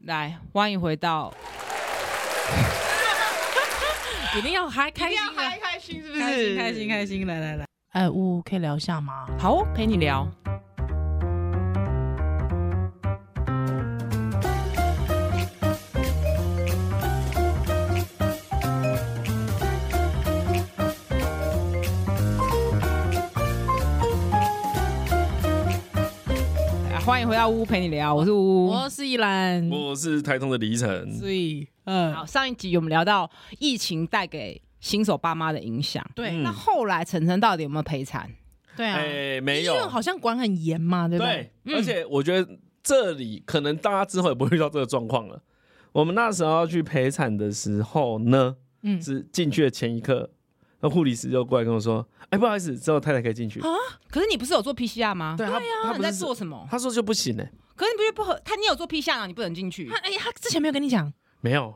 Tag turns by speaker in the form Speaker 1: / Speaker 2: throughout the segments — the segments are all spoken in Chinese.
Speaker 1: 来，欢迎回到，一定要嗨开
Speaker 2: 一定
Speaker 1: 心啊
Speaker 2: 要
Speaker 1: 的
Speaker 2: 嗨，哎开心，是不是？
Speaker 1: 开心开心开心，来来来，哎，呜，可以聊一下吗？好哦，陪你聊。哎欢迎回到呜呜陪你聊，我是呜呜。
Speaker 2: 我是依兰，
Speaker 3: 我是台通的李晨，
Speaker 2: 所以嗯，
Speaker 1: 好，上一集我们聊到疫情带给新手爸妈的影响，
Speaker 2: 对
Speaker 3: 嗯
Speaker 1: 那后来晨晨到底有没有赔偿？
Speaker 2: 对啊，
Speaker 3: 哎、没
Speaker 2: 医
Speaker 3: 有，
Speaker 2: 院好像管很严嘛，对不嗯
Speaker 3: 对，而且我觉得这里可能大家之后也不会遇到这个状况了。我们那时候要去陪产的时候呢，
Speaker 2: 嗯
Speaker 3: 是进去的前一刻，那护理师就过来跟我说：“哎、不好意思，只有太太可以进
Speaker 2: 啊
Speaker 3: 去。
Speaker 1: 可是你不是有做 PCR 吗？
Speaker 3: 对他
Speaker 1: 那
Speaker 3: 他
Speaker 1: 你
Speaker 3: 不
Speaker 1: 在
Speaker 3: 是
Speaker 1: 做什么？
Speaker 3: 他说就不行呢、
Speaker 1: 可是你不是不合他，你有做 PCR 啊，你不能进去
Speaker 2: 他。哎、他之前没有跟你讲，
Speaker 3: 没有，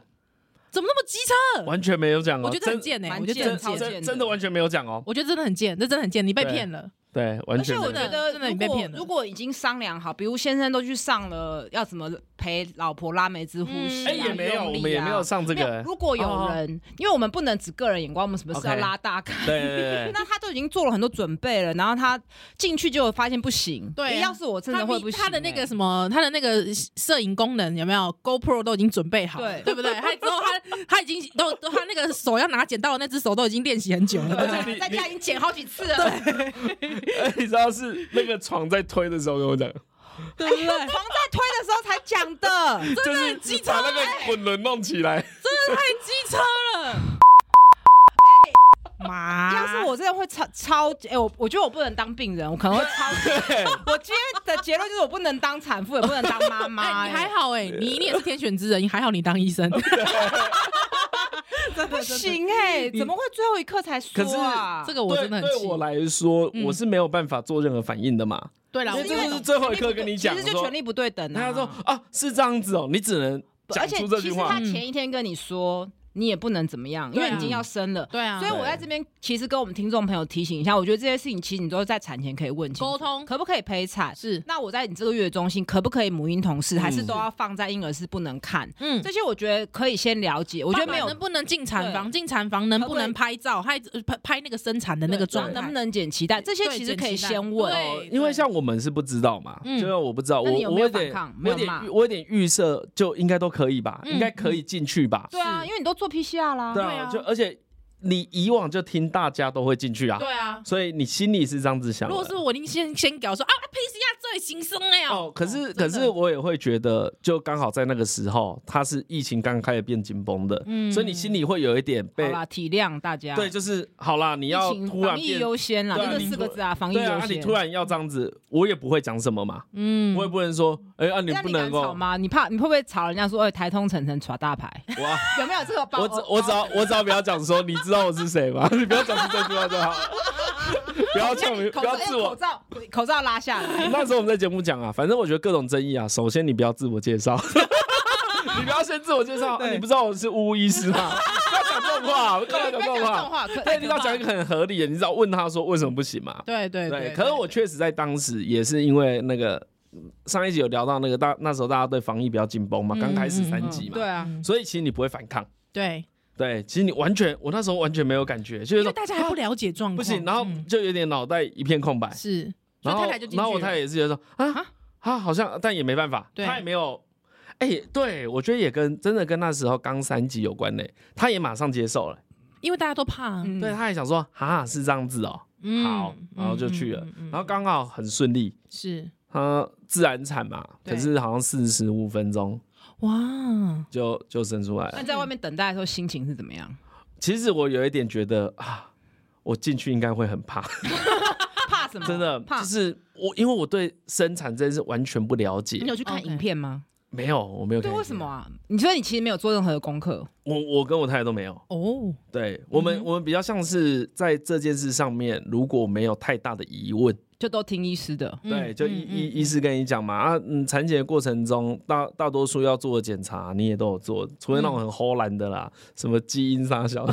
Speaker 2: 怎么那么机车？
Speaker 3: 完全没有讲哦、
Speaker 2: 我觉得很贱哎、
Speaker 1: 蛮
Speaker 2: 我觉得
Speaker 1: 贱
Speaker 2: 很
Speaker 3: 真
Speaker 1: 超
Speaker 3: 真
Speaker 1: 贱
Speaker 2: 贱，
Speaker 3: 真真的完全没有讲哦、
Speaker 2: 我觉得真的很贱，这真的很贱，你被
Speaker 3: 对
Speaker 2: 骗了。
Speaker 3: 对，完
Speaker 1: 而
Speaker 3: 全
Speaker 1: 且我
Speaker 3: 没有
Speaker 1: 觉得，
Speaker 2: 真的
Speaker 1: 如
Speaker 2: 你被
Speaker 1: 果
Speaker 2: 骗了
Speaker 1: 如果已经商量好，比如先生都去上了要怎么陪老婆拉梅子呼吸、啊，
Speaker 3: 哎、也没有，
Speaker 1: 用力啊
Speaker 3: 我们也没有上这
Speaker 1: 没有
Speaker 3: 个、
Speaker 1: 如果有
Speaker 3: 哦
Speaker 1: 人，因为我们不能只个人眼光，我们什么事要
Speaker 3: OK
Speaker 1: 拉大看。
Speaker 3: 对对对 对，
Speaker 1: 那他都已经做了很多准备了，然后他进去就发现不行。
Speaker 2: 对啊
Speaker 1: 哎要是我真的会不行、
Speaker 2: 他的那个
Speaker 1: 哎
Speaker 2: 什么，他的那个摄影功能有没有？GoPro 都已经准备好了，
Speaker 1: 对
Speaker 2: 对不对？他之后他他已经都都他那个手要拿剪刀的那只手都已经练习很久了。
Speaker 3: 而且你
Speaker 1: 在家已经剪好几次了，
Speaker 3: 哎你知道是那个床在推的时候跟我讲，
Speaker 1: 对 不对？床在推的时候才讲的，
Speaker 3: 就是把那个滚轮弄起
Speaker 2: 哎
Speaker 3: 来。
Speaker 2: 机车了，哎妈！
Speaker 3: 啊
Speaker 1: 要是我真的会超超，哎、我我觉得我不能当病人，我可能会 超级。我今天的结论就是我不能当产妇，也不能当妈妈、
Speaker 2: 哎，你还
Speaker 1: 哎
Speaker 2: 好哎、你你也是天选之人，你还好你当医 生，
Speaker 1: 不行哎、怎么会最后一刻才说啊？
Speaker 2: 这个我真的很
Speaker 3: 对
Speaker 2: 气
Speaker 3: 对。我来说，
Speaker 2: 嗯
Speaker 3: 我是没有办法做任何反应的嘛。
Speaker 2: 对啦，
Speaker 1: 因
Speaker 2: 我
Speaker 1: 为
Speaker 3: 这
Speaker 2: 真
Speaker 3: 就
Speaker 2: 的
Speaker 3: 是最后一刻跟你讲
Speaker 1: 其实就
Speaker 3: 说
Speaker 1: 权力不对等
Speaker 2: 嗯
Speaker 1: 啊。
Speaker 3: 他说啊，是这样子哦，你只能讲
Speaker 1: 而且
Speaker 3: 出这
Speaker 1: 其实
Speaker 3: 句话嗯
Speaker 1: 他。前一天跟你说，你也不能怎么样，因为
Speaker 2: 对啊
Speaker 1: 你已经要生了。
Speaker 2: 对
Speaker 3: 嗯
Speaker 2: 啊，
Speaker 1: 所以我在这边其实跟我们听众朋友提醒一下，我觉得这些事情其实你都是在产前可以问清
Speaker 2: 沟
Speaker 1: 楚，
Speaker 2: 通
Speaker 1: 可不可以陪产。
Speaker 2: 是
Speaker 1: 那我在你这个月中心可不可以母婴同事，还是
Speaker 3: 嗯
Speaker 1: 都要放在婴儿室不能看？
Speaker 2: 嗯，
Speaker 1: 这些我觉得可以先了解。我
Speaker 2: 我
Speaker 1: 觉得没有
Speaker 2: 能不能进产房，进产房能不能拍照，还拍拍那个生产的那个状
Speaker 1: 对
Speaker 2: 态，
Speaker 1: 能不能剪脐带，这些其实可以先问。哦
Speaker 2: 对
Speaker 3: 因为像我们是不知道嘛，
Speaker 2: 嗯
Speaker 3: 就是我不知道，
Speaker 1: 那
Speaker 3: 我
Speaker 1: 你有
Speaker 3: 我
Speaker 1: 没有
Speaker 3: 有点
Speaker 1: 反抗
Speaker 3: 我有
Speaker 1: 没有骂
Speaker 3: 点我有点预设，就应该都可以吧，
Speaker 2: 嗯
Speaker 3: 应该可以进去吧。
Speaker 1: 对啊，
Speaker 2: 是
Speaker 1: 因为你都做 PCR 啦。
Speaker 2: 对啊
Speaker 3: 就而且你以往就听大家都会进去啊，
Speaker 2: 对啊。
Speaker 3: 所以你心里是这样子想
Speaker 2: 如
Speaker 3: 的。
Speaker 2: 果是我，您先先搞说啊，佩西亚最新生了呀。
Speaker 3: 哦，可是
Speaker 2: 真的
Speaker 3: 可是我也会觉得，就刚好在那个时候，它是疫情刚开始变紧绷的，
Speaker 2: 嗯
Speaker 3: 所以你心里会有一点
Speaker 1: 好
Speaker 3: 被
Speaker 1: 啦，体谅大家。
Speaker 3: 对，就是好啦，你要
Speaker 1: 疫情
Speaker 3: 突然
Speaker 1: 防疫
Speaker 3: 变
Speaker 1: 优先啦，
Speaker 3: 对
Speaker 1: 就
Speaker 3: 啊
Speaker 1: 这
Speaker 3: 你
Speaker 1: 四个字啊，防疫
Speaker 3: 对啊，
Speaker 1: 优
Speaker 3: 啊你
Speaker 1: 先
Speaker 3: 突。然要这样子，我也不会讲什么嘛，
Speaker 2: 嗯
Speaker 3: 我也不能说，哎、啊，你
Speaker 1: 那
Speaker 3: 不
Speaker 1: 你
Speaker 3: 能
Speaker 1: 敢
Speaker 3: 够
Speaker 1: 吵吗？你怕你会不会吵人家说，哎，台通晨晨耍大牌，
Speaker 3: 我
Speaker 1: 有没有这个包？哦
Speaker 3: 我只我只要我只要不要讲说，你知道我是谁吗？ 你不要讲出这句话就好，不要呛我，
Speaker 1: 口
Speaker 3: 不要自
Speaker 1: 口
Speaker 3: 我。
Speaker 1: 罩口罩拉下 来。
Speaker 3: 那时候我们在节目讲啊，反正我觉得各种争议啊，首先你不要自我介绍， 你不要先自我介绍，你不知道我是巫医师吗？不要讲这种话，干
Speaker 1: 哎
Speaker 3: 嘛讲这种话？
Speaker 1: 话，可哎
Speaker 3: 那一定要讲一个很合理的，你只要问他说为什么不行嘛？
Speaker 2: 对对
Speaker 3: 对，可是我确实在当时也是因为那个上一集有聊到那个大那时候大家对防疫比较紧绷嘛，
Speaker 2: 嗯
Speaker 3: 刚开始
Speaker 2: 嗯
Speaker 3: 三
Speaker 2: 嗯
Speaker 3: 级嘛，
Speaker 1: 对啊，
Speaker 2: 嗯
Speaker 3: 所以其实你不会反抗，
Speaker 2: 对，
Speaker 3: 对，其实你完全我那时候完全没有感觉，就是
Speaker 2: 因
Speaker 3: 说啊
Speaker 2: 为大家还不了解状况，
Speaker 3: 不行，然后
Speaker 2: 嗯
Speaker 3: 就有点脑袋一片空白，
Speaker 2: 是，所
Speaker 3: 然
Speaker 2: 以
Speaker 3: 后
Speaker 2: 太太就进去了，
Speaker 3: 然后我太太也是觉得说啊啊好像但也没办法，
Speaker 2: 对
Speaker 3: 她也没有。哎、对，我觉得也跟真的跟那时候刚三级有关嘞、她也马上接受了、
Speaker 2: 因为大家都怕，啊
Speaker 1: 嗯
Speaker 3: 对，她也想说，哈，是这样子哦、
Speaker 2: 嗯
Speaker 3: 好，然后就去了，
Speaker 2: 嗯嗯嗯嗯
Speaker 3: 然后刚好很顺利，
Speaker 2: 是
Speaker 3: 他自然产嘛，
Speaker 2: 对
Speaker 3: 可是好像四十五分钟
Speaker 2: 哇，
Speaker 3: 就就生出来
Speaker 1: 那
Speaker 3: 了。
Speaker 1: 你在外面等待的时候心情是怎么样？
Speaker 3: 其实我有一点觉得啊，我进去应该会很怕，
Speaker 1: 怕什么？
Speaker 3: 真的，
Speaker 1: 哦怕
Speaker 3: 就。是我因为我对生产这件事完全不了解
Speaker 1: 你，有去看
Speaker 2: OK
Speaker 1: 影片吗？
Speaker 3: 没有，我没有
Speaker 1: 嗯对，
Speaker 3: 看影片。
Speaker 1: 为什么啊？你说你其实没有做任何的功课，
Speaker 3: 我我跟我太太都没有。
Speaker 2: 哦，
Speaker 3: 对我们、
Speaker 2: 嗯哼
Speaker 3: 我们比较像是在这件事上面，如果没有太大的疑问，
Speaker 1: 就都听医师的。
Speaker 2: 嗯
Speaker 3: 对，就医
Speaker 2: 嗯嗯
Speaker 3: 医医师跟你讲嘛啊，嗯，产检的过程中大大多数要做的检查你也都有做，除非
Speaker 2: 嗯
Speaker 3: 那种很齁懒的啦，什么基因杀 小的，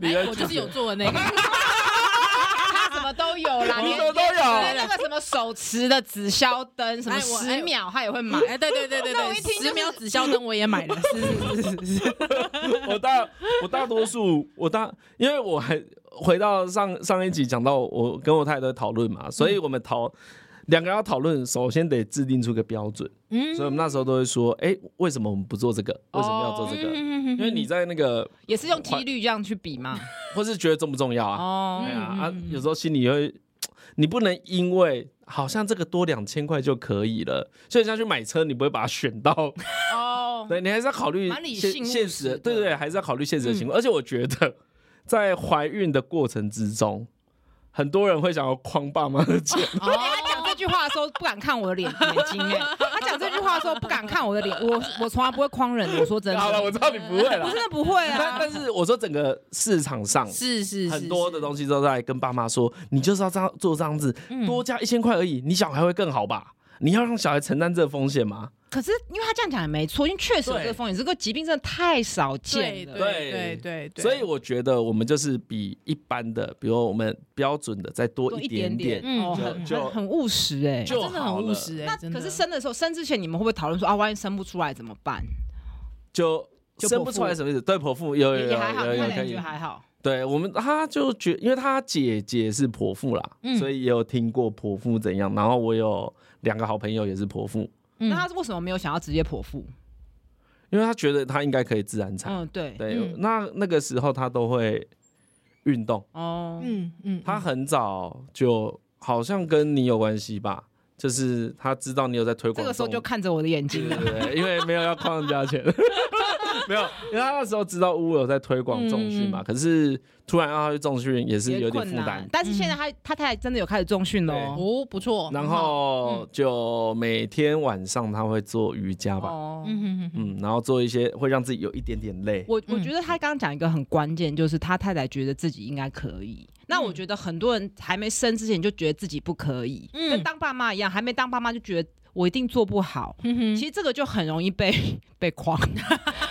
Speaker 3: 你
Speaker 2: 哎
Speaker 3: 在
Speaker 2: 我就是有做的那个，
Speaker 1: 他什么都有啦，
Speaker 3: 你
Speaker 1: 连
Speaker 3: 什么都有
Speaker 1: 对
Speaker 3: 有。
Speaker 1: 那个什么手持的紫消灯，什么
Speaker 2: 哎我
Speaker 1: 十秒他也会买。
Speaker 2: 哎，对对对对
Speaker 1: 嗯那我一听
Speaker 2: 对，
Speaker 1: 就是
Speaker 2: 十秒紫霄灯我也买 了，是是是是是，
Speaker 3: 我大我大多数我大，因为我还回到上上一集讲到我跟我太太的讨论嘛，所以
Speaker 2: 嗯
Speaker 3: 我们讨两个人要讨论，首先得制定出个标准。
Speaker 2: 嗯
Speaker 3: 所以我们那时候都会说，哎、为什么我们不做这个？为什么要做这个？
Speaker 2: 嗯
Speaker 3: 因为你在那个，
Speaker 1: 也是用几率这样去比嘛。
Speaker 3: 或是觉得重不重要啊？
Speaker 1: 哦
Speaker 3: 哎，呀
Speaker 2: 嗯
Speaker 3: 啊
Speaker 2: 嗯，
Speaker 3: 有时候心里会，你不能因为好像这个多两千块就可以了，所以像去买车，你不会把它选到，
Speaker 1: 哦，
Speaker 3: 对你还是要考虑
Speaker 1: 蛮理性
Speaker 3: 现
Speaker 1: 务
Speaker 3: 现
Speaker 1: 实
Speaker 3: 实
Speaker 1: 的
Speaker 3: 的，对对对，还是要考虑现实的情况。而且我觉得，在怀孕的过程之中，很多人会想要诓爸妈的钱，
Speaker 1: 哦他讲这句话的时候不敢看我的脸眼睛哎， 他讲这句话的时候不敢看我的脸，我我从来不会诓人的，我说真
Speaker 3: 好了，
Speaker 1: 的，
Speaker 3: 我知道你不会
Speaker 1: 我
Speaker 3: 了
Speaker 1: 真。的不会
Speaker 3: 但
Speaker 1: 啊。
Speaker 3: 但是我说整个市场上，
Speaker 2: 是是是
Speaker 3: 很多的
Speaker 2: 西，
Speaker 3: 东西都在跟爸妈说，你就是要这样做这样子，
Speaker 2: 嗯
Speaker 3: 多加一千块而已，你小孩会更好吧？你要让小孩承担这个风险吗？
Speaker 1: 可是因为他这样讲也没错，因为确实有这个风险，这个疾病真的太少
Speaker 2: 对
Speaker 1: 见了。
Speaker 2: 对对对对，啊
Speaker 3: 所以我觉得我们就是比一般的，比如我们标准的再多一点点，
Speaker 2: 嗯
Speaker 1: 哦，
Speaker 2: 就
Speaker 1: 很
Speaker 3: 就
Speaker 1: 很很务实哎。
Speaker 3: 就
Speaker 2: 真的
Speaker 3: 好
Speaker 2: 很务
Speaker 3: 了
Speaker 2: 实哎
Speaker 1: 那，
Speaker 2: 真的
Speaker 1: 可是生的时候，生之前你们会不会讨论说啊，万一生不出来怎么办？
Speaker 3: 就
Speaker 1: 就
Speaker 3: 生不
Speaker 1: 剖
Speaker 3: 出来
Speaker 1: 腹
Speaker 3: 什么意思？对，剖腹有有
Speaker 1: 也
Speaker 3: 有
Speaker 1: 也还好，
Speaker 3: 有
Speaker 1: 你
Speaker 3: 有
Speaker 1: 们
Speaker 3: 可
Speaker 1: 俩
Speaker 3: 以
Speaker 1: 觉得。还好。
Speaker 3: 对我们，他就觉，因为他姐姐是剖腹啦，
Speaker 2: 嗯
Speaker 3: 所以也有听过剖腹怎样。然后我有两个好朋友也是剖腹，
Speaker 2: 嗯
Speaker 1: 那他为什么没有想要直接剖腹？
Speaker 3: 因为他觉得他应该可以自然产。
Speaker 1: 嗯，对，
Speaker 3: 对，
Speaker 2: 嗯
Speaker 3: 那那个时候他都会运动，
Speaker 1: 哦，
Speaker 2: 嗯嗯，
Speaker 3: 他很早就好像跟你有关系吧，就是他知道你有在推
Speaker 1: 这
Speaker 3: 广，
Speaker 1: 个时候就看着我的眼睛
Speaker 3: 对
Speaker 1: 了。
Speaker 3: 对对，因为没有要框人家钱， 没有，因为他那时候知道乌有在推广重训嘛，
Speaker 2: 嗯
Speaker 3: 可是突然让他去重训也是有点
Speaker 1: 困
Speaker 3: 负
Speaker 1: 难
Speaker 3: 担，，
Speaker 1: 但是现在他他太太真的有开始重训喽。
Speaker 2: 哦不错，
Speaker 3: 然
Speaker 2: 很好
Speaker 3: 后就每天晚上他会做瑜伽吧，
Speaker 1: 哦，
Speaker 2: 嗯哼哼哼
Speaker 3: 嗯，然后做一些会让自己有一点点累，
Speaker 1: 我我
Speaker 2: 嗯
Speaker 1: 觉得他刚刚讲一个很关键，就是他太太觉得自己应该可以。那我觉得很多人还没生之前就觉得自己不可以，
Speaker 2: 嗯
Speaker 1: 跟当爸妈一样，还没当爸妈就觉得我一定做不好。
Speaker 2: 嗯哼，
Speaker 1: 其实这个就很容易被 被框，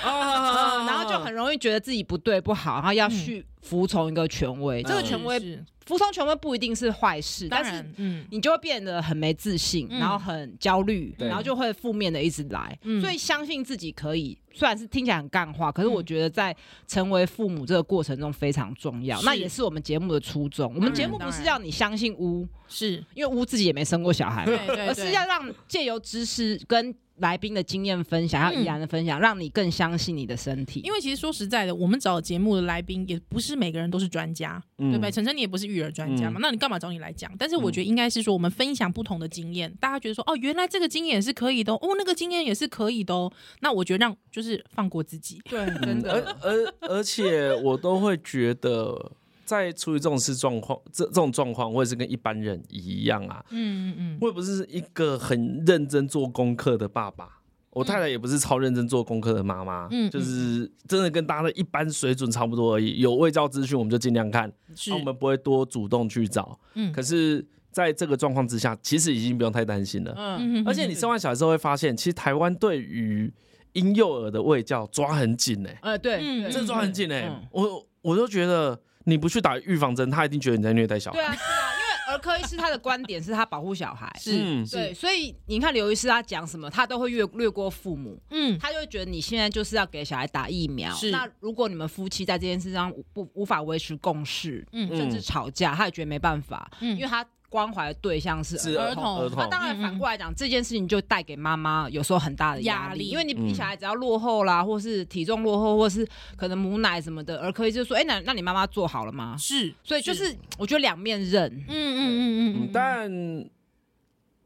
Speaker 1: 嗯然后就很容易觉得自己不对不好，然后要去服从一个权威。这个
Speaker 3: 嗯
Speaker 1: 权威
Speaker 2: 是，
Speaker 1: 服从权威不一定是坏事，
Speaker 2: 当
Speaker 1: 但是
Speaker 2: 然，嗯
Speaker 1: 你就会变得很没自信，
Speaker 2: 嗯
Speaker 1: 然后很焦虑，
Speaker 3: 对
Speaker 1: 然后就会负面的一直来。
Speaker 2: 嗯
Speaker 1: 所以相信自己可以，虽然是听起来很干话，可是我觉得在成为父母这个过程中非常重要。
Speaker 2: 是嗯
Speaker 1: 那也是我们节目的初衷。我们节目不是要你相信乌，
Speaker 2: 是，
Speaker 1: 因为乌自己也没生过小孩嘛，
Speaker 2: 对对对，
Speaker 1: 而是要让借由知识跟来宾的经验分享，还有
Speaker 2: 嗯
Speaker 1: 怡然的分享，让你更相信你的身体。
Speaker 2: 因
Speaker 1: 为
Speaker 2: 为其实说实在的，我们找节目的来宾也不是每个人都是专家，
Speaker 3: 嗯嗯
Speaker 2: 对不对？晨晨你也不是育儿专家嘛，那你干嘛找你来讲？但是我觉得应该是说，我们分享不同的经验，大家觉得说，哦，原来这个经验也是可以的哦，哦那个经验也是可以的哦。那我觉得让就是放过自己，
Speaker 1: 对，
Speaker 3: 嗯而而而且我都会觉得，在处于这种事状况，这这种状况，我也是跟一般人一样啊。
Speaker 2: 嗯嗯
Speaker 3: 我也不是一个很认真做功课的爸爸，我太太也不是超认真做功课的妈妈，
Speaker 2: 嗯
Speaker 3: 就是真的跟大家的一般水准差不多而已。有未教资讯，我们就尽量看，
Speaker 2: 嗯，是
Speaker 3: 啊，我们不会多主动去找。
Speaker 2: 嗯
Speaker 3: 可是在这个状况之下，其实已经不用太担心了。
Speaker 1: 嗯，
Speaker 2: 嗯
Speaker 3: 而且你生完小孩之后会发现，其实台湾对于婴幼儿的喂教抓很紧呢、欸
Speaker 1: 呃，对，
Speaker 2: 嗯
Speaker 1: 对
Speaker 3: 这抓很紧哎、
Speaker 1: 嗯
Speaker 3: 我我都觉得你不去打预防针，他一定觉得你在虐待小
Speaker 1: 对
Speaker 3: 孩。
Speaker 1: 啊，是啊，因为儿科医师他的观点是他保护小孩，
Speaker 2: 是
Speaker 3: 嗯
Speaker 2: 是
Speaker 1: 对，所以你看刘医师他讲什么，他都会略略过父母，
Speaker 2: 嗯
Speaker 1: 他就会觉得你现在就是要给小孩打疫苗。
Speaker 2: 是
Speaker 1: 那如果你们夫妻在这件事上无不无法维持共识，
Speaker 2: 嗯
Speaker 1: 甚至吵架，他也觉得没办法，
Speaker 2: 嗯哦
Speaker 1: 因为他关怀的对象是
Speaker 3: 是
Speaker 1: 儿
Speaker 3: 儿
Speaker 2: 儿童
Speaker 3: 儿
Speaker 1: 那
Speaker 3: 童，
Speaker 1: 当
Speaker 2: 嗯
Speaker 1: 然，反过来讲，这件事情就带给妈妈有时候很大的压
Speaker 2: 压
Speaker 1: 力，
Speaker 2: 力
Speaker 1: 因为你
Speaker 3: 嗯
Speaker 1: 你小孩只要落后啦，或是体重落后，或是可能母奶什么的，儿科医就说：“哎，那那你妈妈做好了吗
Speaker 2: 嗯是，？”
Speaker 1: 所以就是我觉得两面刃
Speaker 2: 嗯，嗯嗯嗯
Speaker 3: 嗯
Speaker 2: 嗯，，
Speaker 3: 但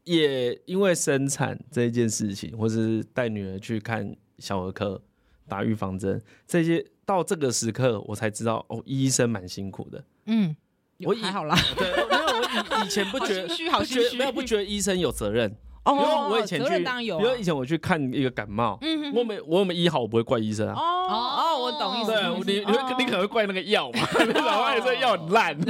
Speaker 3: 也因为生产这件事情，或是带女儿去看小儿科打预防针，这些到这个时刻我才知道，哦，医生蛮辛苦的。
Speaker 2: 嗯
Speaker 1: 有
Speaker 3: 我以
Speaker 1: 还好啦。
Speaker 3: 对，没有，我以以前不觉得
Speaker 1: 好心虚好
Speaker 3: 不
Speaker 1: 心
Speaker 3: 觉
Speaker 1: 虚
Speaker 3: 得没有不觉得医生有责任，
Speaker 1: 哦
Speaker 3: 因为我以前
Speaker 1: 责
Speaker 3: 去，
Speaker 1: 任当然有啊，
Speaker 3: 因为以前我去看一个感冒，
Speaker 2: 嗯
Speaker 3: 我没我有没有医好，我不会怪医生啊。
Speaker 1: 哦哦，我懂意思。
Speaker 3: 对，你你
Speaker 1: 哦
Speaker 3: 会你可能会怪那个药嘛，老外说药很烂，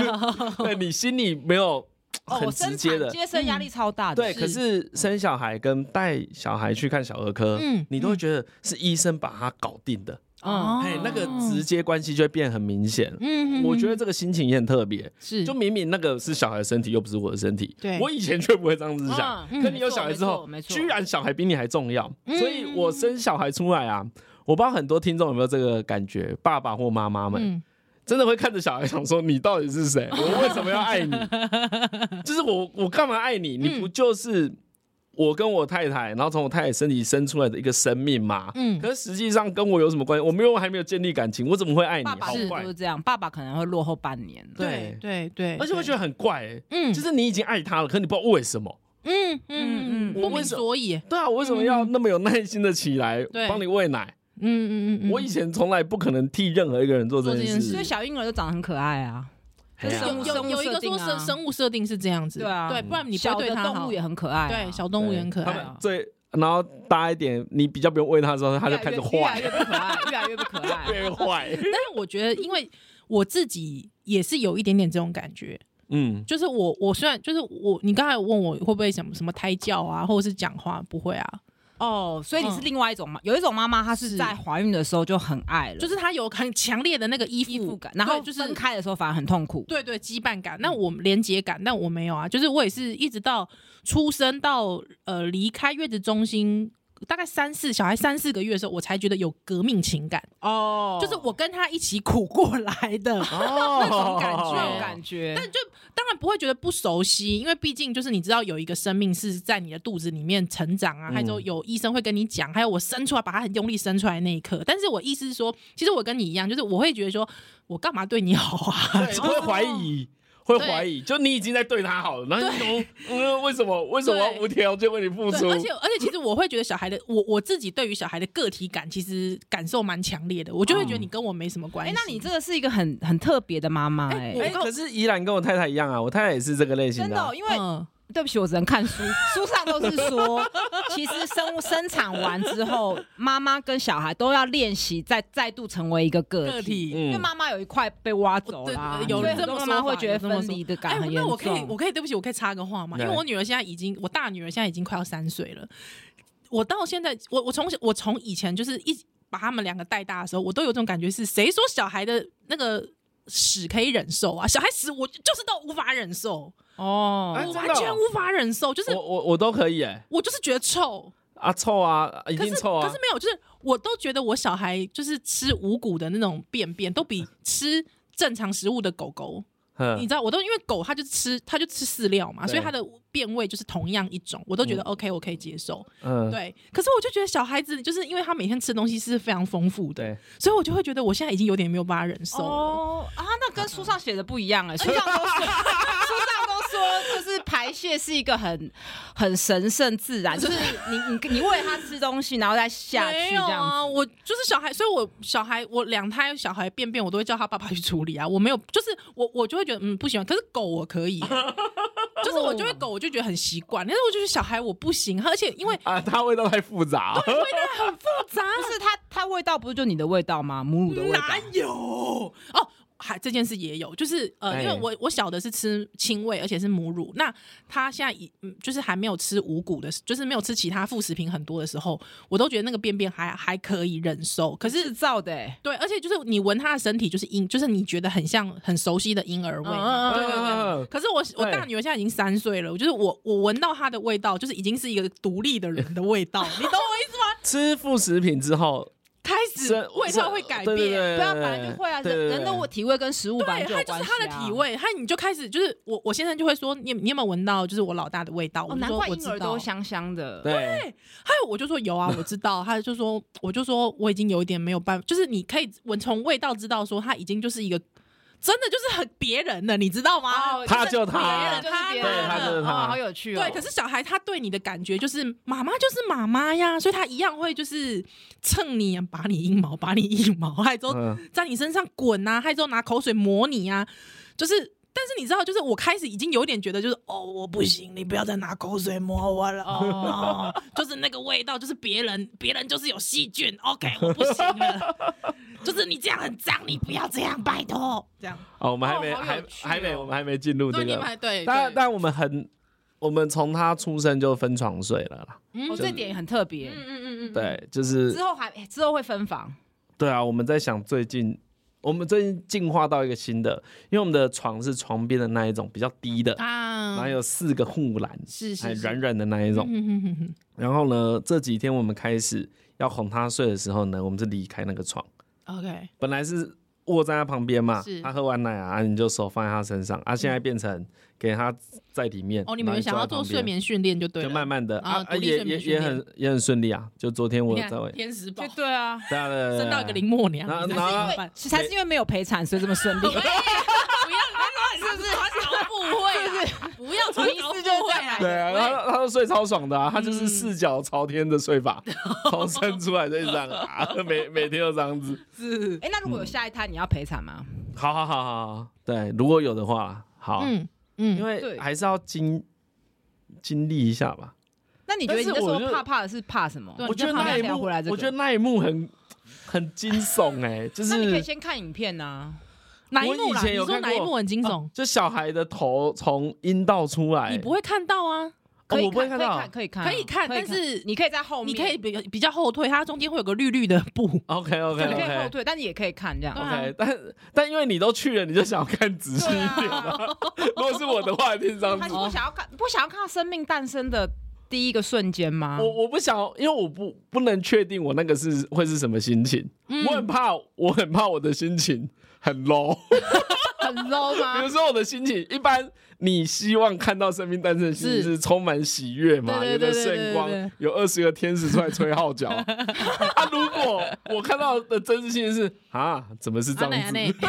Speaker 3: 对你心里没有
Speaker 1: 哦，
Speaker 3: 很
Speaker 1: 我
Speaker 3: 直
Speaker 1: 生
Speaker 3: 接
Speaker 1: 产
Speaker 3: 的。嗯
Speaker 1: 接生压力超大的，嗯
Speaker 3: 对，可是生小孩跟带小孩去看小儿科，
Speaker 2: 嗯
Speaker 3: 你都会觉得是医生把他搞定的，
Speaker 1: 嗯，
Speaker 3: 嘿，那个直接关系就会变很明显。
Speaker 2: 嗯，嗯
Speaker 3: 我觉得
Speaker 2: 嗯
Speaker 3: 这个心情也很特别，
Speaker 2: 是
Speaker 3: 就明明那个是小孩的身体，又不是我的身体。
Speaker 2: 对
Speaker 3: 我以前却不会这样子想，
Speaker 1: 嗯
Speaker 3: 可你有小孩之后
Speaker 1: 没，错没错
Speaker 3: 居然小孩比你还重要，
Speaker 2: 嗯
Speaker 3: 所以我生小孩出来啊，我不知道很多听众有没有这个感觉，爸爸或妈妈们、
Speaker 2: 嗯
Speaker 3: 真的会看着小孩想说：“你到底是谁？我为什么要爱你？就是我，我干嘛爱你？你不就是我跟我太太，然后从我太太身体生出来的一个生命吗？”
Speaker 2: 嗯
Speaker 3: 可是实际上跟我有什么关系？我没有，我还没有建立感情，我怎么会爱你？
Speaker 1: 爸爸
Speaker 3: 好
Speaker 1: 是
Speaker 3: 怪
Speaker 1: 都，是这样，爸爸可能会落后半年。
Speaker 3: 对
Speaker 2: 对对，
Speaker 3: 而且我觉得很怪、欸，
Speaker 2: 嗯
Speaker 3: 就是你已经爱他了，可你不知道为什么。
Speaker 2: 嗯嗯嗯，
Speaker 3: 我
Speaker 2: 不明
Speaker 3: 为什么
Speaker 2: 所以，
Speaker 3: 对啊，我为什么要那么有耐心的起来
Speaker 2: 对
Speaker 3: 帮你喂奶？
Speaker 2: 嗯嗯嗯，嗯
Speaker 3: 我以前从来不可能替任何一个人做这件
Speaker 2: 做
Speaker 1: 所以
Speaker 3: 事。啊
Speaker 1: 小婴儿都长得很可爱啊，
Speaker 3: 嘿
Speaker 1: 就是
Speaker 3: 啊
Speaker 1: 生物
Speaker 2: 有有有一个
Speaker 1: 设定
Speaker 2: 说
Speaker 1: 啊
Speaker 2: 生生物设定是这样子，
Speaker 1: 对啊
Speaker 2: 对，不然你不
Speaker 1: 小
Speaker 2: 会对
Speaker 1: 的
Speaker 2: 它
Speaker 1: 动
Speaker 2: 好
Speaker 1: 物，也很可爱啊，
Speaker 2: 对，小动物也很可
Speaker 3: 他
Speaker 2: 爱
Speaker 3: 们
Speaker 2: 啊，
Speaker 3: 最，然后大一点，你比较不用喂他的时候，他就
Speaker 1: 越
Speaker 3: 开
Speaker 1: 来
Speaker 3: 始
Speaker 1: 越越来
Speaker 3: 坏，
Speaker 1: 越不可爱，越来越不可
Speaker 3: 越
Speaker 1: 爱。
Speaker 3: 来越坏。
Speaker 2: 但是我觉得，因为我自己也是有一点点这种感觉，
Speaker 3: 嗯，
Speaker 2: 就是我我虽然就是我，你刚才问我会不会什么什么胎教啊，或者是讲话，不会啊，
Speaker 1: 哦，所以
Speaker 3: 嗯
Speaker 1: 你是另外一种妈，有一种妈妈，她是
Speaker 2: 是
Speaker 1: 在怀孕的时候就很爱了，
Speaker 2: 就是他有很强烈的那个依
Speaker 1: 依附
Speaker 2: 附
Speaker 3: 嗯
Speaker 1: 感，然后
Speaker 2: 对就是
Speaker 1: 分开的时候反而很痛苦。
Speaker 2: 对对，羁绊感。那我连接感，但我没有啊。就是我也是一直到出生到呃离开月子中心，大概三四小孩三四个月的时候，我才觉得有革命情感，
Speaker 1: 哦
Speaker 2: 就是我跟他一起苦过来的。
Speaker 3: 哦，那
Speaker 1: 种感觉，
Speaker 2: 哦
Speaker 1: 感觉。
Speaker 2: 但就当然不会觉得不熟悉，因为毕竟就是你知道有一个生命是在你的肚子里面成长啊，
Speaker 3: 嗯
Speaker 2: 还有有医生会跟你讲，还有我生出来把它很用力生出来那一刻。但是我意思是说，其实我跟你一样，就是我会觉得说我干嘛对你好啊？
Speaker 3: 对会怀疑。会怀疑，就你已经在对他好了，然后你怎么，嗯，为什么，为什么要
Speaker 2: 对
Speaker 3: 无条件为你付出
Speaker 2: 对，？而且而且，其实我会觉得小孩的我我自己对于小孩的个体感，其实感受蛮强烈的。我就会觉得你跟我没什么关
Speaker 1: 哎、
Speaker 2: 系。
Speaker 1: 那你这个是一个很很特别的妈妈哎
Speaker 2: 哎，我
Speaker 3: 哎，可是依然跟我太太一样啊，我太太也是这个类型
Speaker 1: 真
Speaker 3: 的
Speaker 1: 的
Speaker 3: 啊
Speaker 1: 哦、。因为、
Speaker 2: 嗯
Speaker 1: 对不起，我只能看 书，书上都是说，其实生生产完之后，妈妈跟小孩都要练习再再度成为一个个体。
Speaker 2: 个体。哦
Speaker 1: 因为
Speaker 3: 嗯，
Speaker 1: 妈妈有一块被挖走啦，
Speaker 2: 对有
Speaker 1: 所以
Speaker 2: 这
Speaker 1: 很
Speaker 2: 么
Speaker 1: 多
Speaker 2: 说
Speaker 1: 妈妈
Speaker 2: 法
Speaker 1: 会觉
Speaker 2: 有
Speaker 1: 得
Speaker 2: 这么
Speaker 1: 分
Speaker 2: 说
Speaker 1: 离的
Speaker 2: 哎
Speaker 1: 感，很严
Speaker 2: 那
Speaker 1: 重。
Speaker 2: 我可以，我可以，对不起，我可以插个话吗？因为
Speaker 3: 来
Speaker 2: 我女儿现在已经，我大女儿现在已经快要三岁了。我到现在，我我从我从以前就是一把他们两个带大的时候，我都有种感觉是，谁说小孩的那个屎可以忍受啊？小孩屎我就是都无法忍受，
Speaker 1: 哦
Speaker 3: 哎
Speaker 2: 我
Speaker 3: 真的
Speaker 2: 完
Speaker 3: 哦
Speaker 2: 全无法忍受，就是
Speaker 3: 我我我都可以哎，
Speaker 2: 我就是觉得臭。
Speaker 3: 啊臭啊，一
Speaker 2: 可是
Speaker 3: 定臭
Speaker 2: 可
Speaker 3: 啊
Speaker 2: 是，没有，就是我都觉得我小孩就是吃五谷的那种便便，都比吃正常食物的狗狗，你
Speaker 3: 嗯
Speaker 2: 知道，我都因为狗它就吃它就吃饲料嘛，
Speaker 3: 对
Speaker 2: 所以它的变味就是同样一种，我都觉得 OK，我可以接受。
Speaker 3: 嗯，
Speaker 2: 对，可是我就觉得小孩子就是因为他每天吃的东西是非常丰富的，
Speaker 3: 对，
Speaker 2: 所以我就会觉得我现在已经有点没有办法忍受了。
Speaker 1: 哦啊，那跟书上写的不一样哎、书上都 说，书上都说就是排泄是一个很很神圣自然，就是你你你喂它吃东西，然后再下去
Speaker 2: 没
Speaker 1: 这
Speaker 2: 有
Speaker 1: 样子。
Speaker 2: 啊，我就是小孩，所以我小孩我两胎小孩便便我都会叫他爸爸去处理啊，我没有，就是我我就会觉得嗯不喜欢，可是狗我 可以，就是我就会狗我就觉得嗯很习惯，但是我就是小孩我 不行，而且因为
Speaker 3: 啊，它味道太复杂哦，
Speaker 2: 杂
Speaker 1: 不是它它味道不是就你的味道吗？母乳的味道。
Speaker 2: 哪有嗯哦。还这件事也有，就是呃，
Speaker 3: 哎
Speaker 2: 因为我我小的是吃亲喂，而且是母乳。那他现在已嗯就是还没有吃五谷的，就是没有吃其他副食品很多的时候，我都觉得那个便便还还可以忍受。可是
Speaker 1: 制造的、欸，
Speaker 2: 对，而且就是你闻他的身体，就是婴，就是你觉得很像很熟悉的婴儿味
Speaker 1: 嗯
Speaker 2: 嘛。
Speaker 1: 嗯
Speaker 2: 对对对。
Speaker 3: 嗯
Speaker 2: 可是我我
Speaker 3: 对
Speaker 2: 大女儿现在已经三岁了，我就是我我闻到她的味道，就是已经是一个独立的人的味道，你懂我意思 吗？
Speaker 3: 吃副食品之后，
Speaker 2: 开始
Speaker 3: 生
Speaker 2: 味道会改变，
Speaker 3: 对对对
Speaker 1: 对啊，本来就会啊，
Speaker 3: 对对
Speaker 1: 人
Speaker 3: 对
Speaker 1: 人的体味跟食物本来
Speaker 2: 对，
Speaker 1: 有
Speaker 2: 它
Speaker 1: 关
Speaker 2: 就
Speaker 1: 系、
Speaker 2: 是
Speaker 1: 啊。
Speaker 2: 它的体，味，它你就开始就是我我先生就会说你你有没有闻到就是我老大的味道？我
Speaker 1: 哦，
Speaker 2: 就
Speaker 1: 难
Speaker 2: 说
Speaker 1: 怪
Speaker 2: 我
Speaker 1: 婴
Speaker 2: 知
Speaker 1: 儿
Speaker 2: 道
Speaker 1: 都。香香的。哦
Speaker 3: 对，
Speaker 2: 还有我就说有啊，我知道。他就说我就说我已经有一点没有办法，就是你可以闻从味道知道说他已经就是一个真的就是很别人了，你知道吗？
Speaker 1: 哦
Speaker 3: 他就他
Speaker 1: 就是别人
Speaker 2: 对
Speaker 1: 就是别人
Speaker 2: 他就是
Speaker 3: 他
Speaker 1: 哦好有趣哦。
Speaker 2: 对，可是小孩他对你的感觉就是妈妈就是妈妈呀，所以他一样会就是蹭你，拔你阴毛，拔你腋毛，还之后
Speaker 3: 嗯
Speaker 2: 在你身上滚啊，还之后拿口水抹你啊，就是但是你知道，就是我开始已经有点觉得，就是哦，我不行，你不要再拿口水摸我了 哦，就是那个味道，就是别人，别人就是有细菌，OK，我不行了，就是你这样很脏，你不要这样，拜托，这样，
Speaker 3: 哦，我们还没、
Speaker 1: 哦好有
Speaker 3: 还
Speaker 1: 趣哦
Speaker 3: 还没我们还没进入
Speaker 2: 对，
Speaker 3: 这
Speaker 2: 你们
Speaker 3: 个，
Speaker 2: 还对，
Speaker 3: 但
Speaker 2: 对
Speaker 3: 但我们很，我们从他出生就分床睡了啦。
Speaker 2: 嗯
Speaker 1: 哦，
Speaker 2: 嗯
Speaker 1: 这点也很特别。
Speaker 2: 嗯嗯嗯，
Speaker 3: 对，就是
Speaker 1: 之后还哎之后会分房，
Speaker 3: 对啊，我们在想最近，我们最近进化到一个新的，因为我们的床是床边的那一种比较低的，然后
Speaker 2: 啊，
Speaker 3: 有四个护栏，
Speaker 2: 是是
Speaker 3: 还
Speaker 2: 是
Speaker 3: 软软的那一种。
Speaker 2: 嗯哼哼哼
Speaker 3: 然后呢，这几天我们开始要哄他睡的时候呢，我们是离开那个床，
Speaker 2: 哼，OK，
Speaker 3: 本来是卧在他旁边嘛
Speaker 2: 是，嗯
Speaker 3: 他喝完奶啊，啊你就手放在他身上，啊，现在变成给他在里面。
Speaker 2: 哦，你们
Speaker 3: 然后
Speaker 2: 有
Speaker 3: 坐
Speaker 2: 想
Speaker 3: 在
Speaker 2: 要做
Speaker 3: 旁边
Speaker 2: 睡。眠训练就对
Speaker 3: 就
Speaker 2: 了，
Speaker 3: 慢慢的
Speaker 2: 啊
Speaker 3: 啊，
Speaker 2: 独
Speaker 3: 啊
Speaker 2: 立
Speaker 3: 也
Speaker 2: 睡眠
Speaker 3: 也
Speaker 2: 训
Speaker 3: 也
Speaker 2: 练
Speaker 3: 很也很顺利啊！就昨天我
Speaker 2: 你
Speaker 3: 有在
Speaker 2: 看
Speaker 3: 位，
Speaker 2: 天使宝
Speaker 1: 就对啊，
Speaker 3: 对啊对 啊对啊
Speaker 2: 升到一个
Speaker 3: 对啊
Speaker 2: 林默娘，
Speaker 3: 然后
Speaker 2: 你知
Speaker 3: 然
Speaker 2: 道
Speaker 3: 后
Speaker 2: 吗
Speaker 1: 因 为其实还是因为没有陪产，所以这么顺利。
Speaker 2: 不要他说很是传导部会，啊不要传
Speaker 1: 没
Speaker 2: 导
Speaker 1: 事就是
Speaker 2: 部
Speaker 1: 这
Speaker 2: 会
Speaker 1: 样来
Speaker 2: 啊
Speaker 1: 的
Speaker 3: 对啊，然后他说睡超爽的啊，他
Speaker 1: 嗯
Speaker 3: 就是四脚朝天的 睡法，从伸出来就一直这样啊，每每天都这样子。
Speaker 2: 是，
Speaker 1: 哎，那如果有下一胎，你要陪产吗？
Speaker 3: 好好好好好，对，如果有的话，好，
Speaker 2: 嗯
Speaker 3: 因
Speaker 2: 嗯，
Speaker 3: 为
Speaker 1: 对
Speaker 3: 还是要经经历一下吧。
Speaker 1: 那你觉得你
Speaker 3: 但是
Speaker 1: 那时候
Speaker 3: 我就
Speaker 1: 怕怕的是怕什么？
Speaker 2: 对
Speaker 3: 我觉得
Speaker 1: 哦你就
Speaker 3: 那一
Speaker 1: 怕
Speaker 3: 幕，
Speaker 1: 回来这个
Speaker 3: 我觉得那一幕很很惊悚哎，就
Speaker 1: 那你可以
Speaker 3: 是
Speaker 1: 先看影片啊呐。
Speaker 2: 哪一幕
Speaker 3: 我以
Speaker 2: 啦？
Speaker 3: 前
Speaker 2: 你
Speaker 3: 有
Speaker 2: 说
Speaker 3: 看过啊
Speaker 2: 哪一幕很惊悚？
Speaker 3: 哦就小孩的头从阴道出来，
Speaker 2: 你不会看到啊，
Speaker 1: 可
Speaker 3: 哦
Speaker 1: 以
Speaker 3: 我不会看到
Speaker 1: 可以看，
Speaker 2: 可以看但是
Speaker 1: 你可以在后
Speaker 2: 你
Speaker 1: 面，
Speaker 2: 可以比比较后退，它中间会有个绿绿的 布。
Speaker 3: OK OK
Speaker 1: 哦对你可以后
Speaker 3: OK
Speaker 1: 退，但是也可以看这样。
Speaker 2: 啊
Speaker 3: OK，但但因为你都去了，你就想要看仔细一点啊。 如果是我的话，一定是这样
Speaker 1: 他
Speaker 3: 子
Speaker 1: 是。不想要看，不想要看到生命诞生的第一个瞬间吗？
Speaker 3: 我我不想，因为我不不能确定我那个是会是什么心情，
Speaker 2: 嗯
Speaker 3: 我很怕，我很怕我的心情很 low。
Speaker 1: 很 low
Speaker 3: 比
Speaker 2: 啊
Speaker 3: 如
Speaker 1: 吗？
Speaker 3: 说我的心情，一般你希望看到生命诞生的心情
Speaker 2: 是
Speaker 3: 是充满喜悦嘛，
Speaker 2: 对
Speaker 3: 有
Speaker 2: 对
Speaker 3: 的
Speaker 2: 对对对
Speaker 3: 圣光
Speaker 2: 对对，
Speaker 3: 有二十个天使出来吹号 角。啊，如果我看到的真实性是啊，怎么是这
Speaker 2: 啊内啊
Speaker 3: 样
Speaker 2: 内
Speaker 3: 子？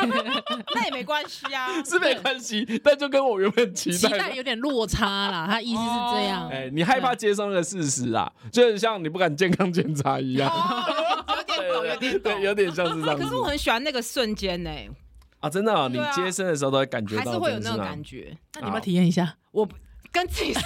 Speaker 1: 那也没关系 啊。
Speaker 3: 是没关系，但就跟我原本 期
Speaker 2: 期
Speaker 3: 待的
Speaker 2: 待有点落差啦，他意思是这
Speaker 1: 哦
Speaker 2: 样。
Speaker 3: 哎、你害怕接受那个事实啊，就很像你不敢健康检查一样。
Speaker 1: 哦，有点懂，有点
Speaker 3: 对，
Speaker 1: 懂。
Speaker 3: 有点像是这样子。
Speaker 1: 可是我很喜欢那个瞬间呢，
Speaker 3: 啊，真的、哦，你
Speaker 1: 对啊
Speaker 3: 接生的时候都会感觉
Speaker 1: 还
Speaker 3: 到，
Speaker 1: 是会有那
Speaker 3: 真
Speaker 1: 种
Speaker 3: 的是吗
Speaker 1: 感觉。
Speaker 2: 那
Speaker 3: 哎
Speaker 2: 你们体验一下，
Speaker 1: 我不跟自 己生，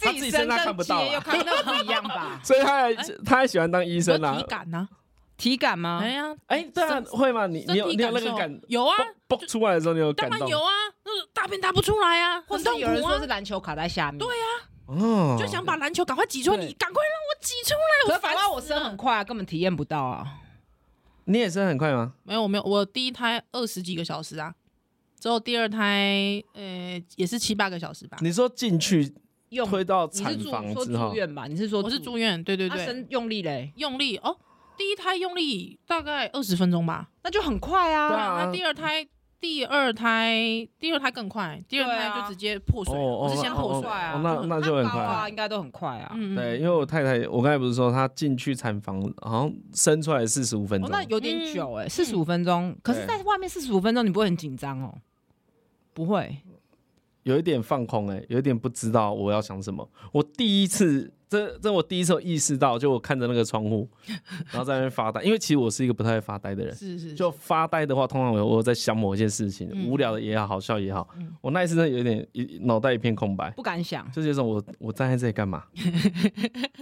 Speaker 1: 自
Speaker 3: 自己生
Speaker 1: 生
Speaker 3: 他看
Speaker 1: 跟
Speaker 3: 不到啊？
Speaker 1: 接又看那不一样吧
Speaker 3: 所以他还、
Speaker 1: 哎
Speaker 3: 他还喜欢当医
Speaker 2: 有
Speaker 3: 生啊
Speaker 2: 体。感呢？
Speaker 1: 体感吗？
Speaker 2: 哎呀，
Speaker 3: 哎、对啊，会吗？你
Speaker 2: 身
Speaker 3: 你有
Speaker 2: 体
Speaker 3: 你有
Speaker 2: 感
Speaker 3: 那个
Speaker 2: 受
Speaker 3: 感，
Speaker 2: 有啊，
Speaker 3: 蹦蹦出来的时候你有
Speaker 2: 当
Speaker 3: 感
Speaker 2: 然
Speaker 3: 动？
Speaker 2: 有啊，那个大便大不出来啊，
Speaker 1: 或
Speaker 2: 很
Speaker 1: 是
Speaker 2: 痛
Speaker 1: 有人
Speaker 2: 苦
Speaker 1: 说
Speaker 2: 啊
Speaker 1: 是。篮球卡在下面，
Speaker 2: 对啊，
Speaker 3: 哦，
Speaker 2: 就想把篮球赶快挤出来，
Speaker 3: 对
Speaker 2: 你赶快让我挤出来，
Speaker 1: 可
Speaker 2: 我
Speaker 1: 是
Speaker 2: 烦
Speaker 1: 反
Speaker 2: 死
Speaker 1: 正我
Speaker 2: 了。
Speaker 1: 生很快啊，根本体验不到啊。
Speaker 3: 你也生很快吗？
Speaker 2: 没有，我没有，我第一胎二十几个小时啊，之后第二胎，呃，也是七八个小时吧。
Speaker 3: 你说进去
Speaker 1: 用
Speaker 3: 推到
Speaker 1: 你是
Speaker 3: 产
Speaker 1: 住
Speaker 3: 房
Speaker 1: 说
Speaker 3: 之后
Speaker 1: 住，院吧？你是说
Speaker 2: 我是住院，对对
Speaker 1: 他
Speaker 2: 对，
Speaker 1: 生用力嘞，
Speaker 2: 用力哦，第一胎用力大概二十分钟吧，
Speaker 1: 那就很快
Speaker 3: 对
Speaker 1: 啊。
Speaker 3: 啊
Speaker 2: 那第二胎。第二胎，第二胎更快，第二胎就直接破水了，我是先破
Speaker 1: 好
Speaker 2: 水。
Speaker 1: 快啊
Speaker 3: 哦那那就很
Speaker 1: 高
Speaker 3: 快、
Speaker 1: 啊，应该都很快啊。
Speaker 2: 嗯，嗯
Speaker 3: 对，，因为我太太，我刚才不是说她进去产房，好像生出来四十五分
Speaker 1: 哦
Speaker 3: 钟，，
Speaker 1: 那有点久哎，四十五分钟。可是，
Speaker 3: 嗯对
Speaker 1: 在外面四十五分钟，你不会很紧张哦？不会，
Speaker 3: 嗯有一点放空、欸，哎，有一点不知道我要想什么。我第一次，这这我第一次有意识到，就我看着那个窗户，然后在那边发呆，因为其实我是一个不太会发呆的人。
Speaker 2: 是是，
Speaker 3: 就发呆的话，通常我我有在想某一件事情，
Speaker 2: 嗯
Speaker 3: 无聊的也好，好笑也好，
Speaker 2: 嗯
Speaker 3: 我那一次真的有点一脑袋一片空白，
Speaker 1: 不敢想。
Speaker 3: 就是有一种我我站在这里 干嘛？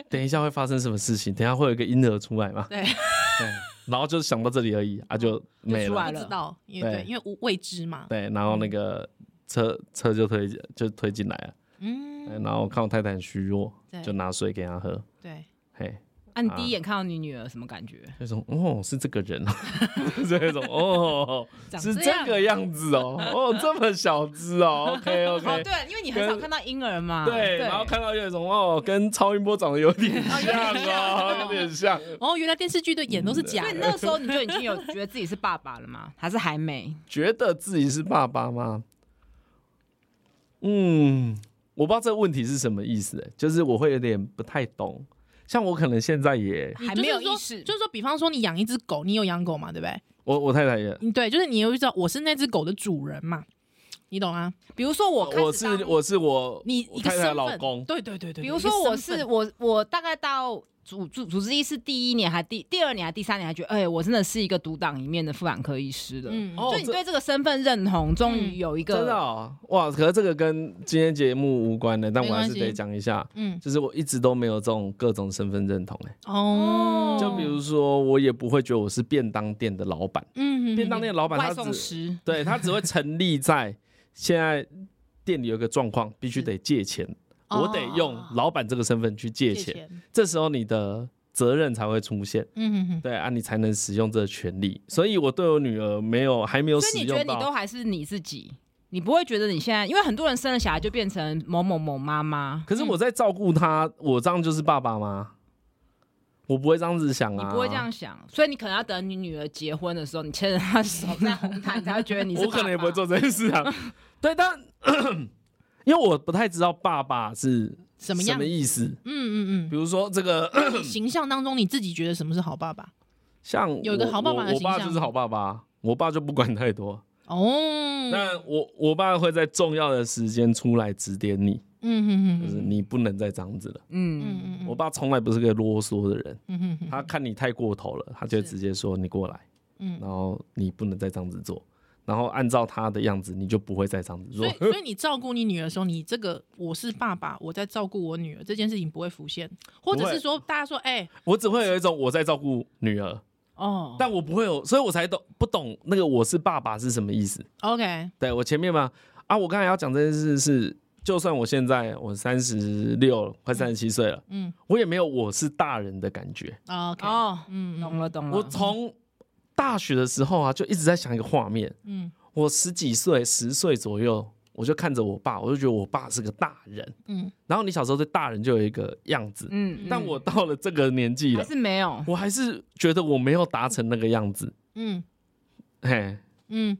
Speaker 3: 等一下会发生什么事情？等一下会有一个婴儿出来嘛？
Speaker 2: 对
Speaker 3: 对，然后就想到这里而已，啊就没
Speaker 1: 出
Speaker 3: 了
Speaker 1: 来。
Speaker 2: 不知道，因为
Speaker 3: 对
Speaker 2: 对，因为无未知嘛。
Speaker 3: 对，然后那个车车就推就推进来了，
Speaker 2: 嗯，
Speaker 3: 对然后我看我太太很虚弱，
Speaker 2: 对
Speaker 3: 就拿水给她喝，
Speaker 2: 对，
Speaker 3: 嘿，
Speaker 1: 啊，你第一眼看到你女儿什么感觉？
Speaker 3: 那种哦 是这个人啊，是那种哦
Speaker 2: 长
Speaker 3: 是
Speaker 2: 这
Speaker 3: 这
Speaker 2: 样
Speaker 3: 个样子哦，哦这么小只哦，OK
Speaker 1: 哦，
Speaker 3: OK，
Speaker 1: 对，因为你很少看到婴儿嘛。
Speaker 3: 对，然后看到有一种哦跟超音波长得有点像哦，有点像，
Speaker 2: 哦，原来电视剧的演都是假
Speaker 1: 所以
Speaker 2: 的。
Speaker 1: 那时候你就已经有觉得自己是爸爸了吗？还是还没？
Speaker 3: 觉得自己是爸爸吗？嗯，我不知道这个问题是什么意思、欸，就是我会有点不太懂。像我可能现在也，
Speaker 2: 你
Speaker 1: 还
Speaker 2: 就
Speaker 1: 没
Speaker 2: 是
Speaker 1: 有意
Speaker 2: 说
Speaker 1: 识
Speaker 2: 就是说，比方说你养一只狗，你有养狗嘛，对不对？
Speaker 3: 我我太太也，
Speaker 2: 嗯，对，就是你会知道我是那只狗的主人嘛，你懂啊？
Speaker 1: 比如说我开
Speaker 3: 我
Speaker 1: 始当
Speaker 3: 是我是我，
Speaker 2: 你
Speaker 3: 我
Speaker 2: 一个
Speaker 3: 太
Speaker 2: 身
Speaker 3: 太
Speaker 2: 份，
Speaker 3: 老公，
Speaker 2: 对对对对。
Speaker 1: 比如说我是我我大概到主主主治医师第一年还第第二年还第三年还觉得，哎、我真的是一个独当一面的妇产科医师了。
Speaker 2: 嗯，
Speaker 3: 哦嗯
Speaker 1: 就你对这个身份认同，终于有一
Speaker 3: 真的、
Speaker 1: 个
Speaker 3: 哦、哇！可是这个跟今天节目无关的，但我还是
Speaker 2: 没关
Speaker 3: 得
Speaker 2: 系
Speaker 3: 讲一下。
Speaker 2: 嗯，
Speaker 3: 就是我一直都没有这种各种身份认同、欸，
Speaker 2: 哦，
Speaker 3: 就比如说我也不会觉得我是便当店的老板，
Speaker 2: 嗯，嗯，嗯
Speaker 3: 便当店的老板
Speaker 1: 外
Speaker 3: 他
Speaker 1: 送
Speaker 3: 只
Speaker 1: 师，
Speaker 3: 对他只会成立在现在店里有一个状况，必须得借钱，
Speaker 2: 哦
Speaker 3: 我得用老板这个身份去借
Speaker 2: 借
Speaker 3: 钱，
Speaker 2: 钱，
Speaker 3: 这时候你的责任才会出现，
Speaker 2: 嗯嗯
Speaker 3: 对啊，你才能使用这个权利。所以我对我女儿没有还没有
Speaker 1: 所
Speaker 3: 使
Speaker 1: 以你觉得
Speaker 3: 用
Speaker 1: 你
Speaker 3: 到
Speaker 1: 都，还是你自己，你不会觉得你现在，因为很多人生了小孩就变成某某某妈妈，
Speaker 3: 可是我在照顾她，我这样就是爸爸吗？我不会这样子想
Speaker 1: 你
Speaker 3: 啊，
Speaker 1: 不会这样想，所以你可能要等你女儿结婚的时候，你牵着她的手在红毯，你才会觉得你是
Speaker 3: 我
Speaker 1: 爸爸
Speaker 3: 可能也不会做这件事 啊。对，但 因为我不太知道爸爸是
Speaker 2: 什么样子
Speaker 3: 意思。
Speaker 2: 嗯嗯
Speaker 3: 比如说这个，
Speaker 2: 嗯，你 形象当中你自己觉得什么是好爸爸？
Speaker 3: 像
Speaker 2: 有一个
Speaker 3: 我
Speaker 2: 好爸爸的
Speaker 3: 我我
Speaker 2: 形
Speaker 3: 爸
Speaker 2: 象
Speaker 3: 就是好爸爸，我爸就不管太多。
Speaker 2: 哦，
Speaker 3: 但我我爸会在重要的时间出来指点你，
Speaker 2: 嗯嗯
Speaker 3: 就是
Speaker 2: 嗯
Speaker 3: 你不能再这样子了。
Speaker 1: 嗯，
Speaker 2: 嗯嗯，
Speaker 3: 我爸从来不是个啰嗦的人，
Speaker 2: 嗯嗯嗯
Speaker 3: 他看你太过头了，他就会
Speaker 2: 是
Speaker 3: 直接说你过来，
Speaker 2: 嗯，
Speaker 3: 然后你不能再这样子做，然后按照他的样子，你就不会再这样子
Speaker 2: 所
Speaker 3: 做
Speaker 2: 以。所以你照顾你女儿的时候，你这个我是爸爸，我在照顾我女儿这件事情不会浮现，或者
Speaker 3: 不会
Speaker 2: 是说大家说哎
Speaker 3: 我只会有一种我在照顾女儿，
Speaker 2: 哦
Speaker 3: 但我不会有，所以我才懂不懂那个我是爸爸是什么意思？
Speaker 2: ，OK，
Speaker 3: 对我前面嘛，啊，我刚才要讲这件事是，就算我现在我三十六，快三十七岁了，
Speaker 2: 嗯
Speaker 3: 我也没有我是大人的感觉。
Speaker 2: ，OK，
Speaker 1: 哦，
Speaker 2: 嗯
Speaker 1: 懂
Speaker 2: 嗯
Speaker 1: 了懂了，
Speaker 3: 我从大学的时候啊，就一直在想一个画面，
Speaker 2: 嗯
Speaker 3: 我十几岁、十岁左右，我就看着我爸，我就觉得我爸是个大人。
Speaker 2: 嗯，
Speaker 3: 然后你小时候对大人就有一个样子，
Speaker 1: 嗯，
Speaker 3: 但我到了这个年纪
Speaker 1: 还
Speaker 3: 了，
Speaker 1: 是没有，
Speaker 3: 我还是觉得我没有达成那个样子。
Speaker 2: 嗯
Speaker 3: 嘿，
Speaker 2: 嗯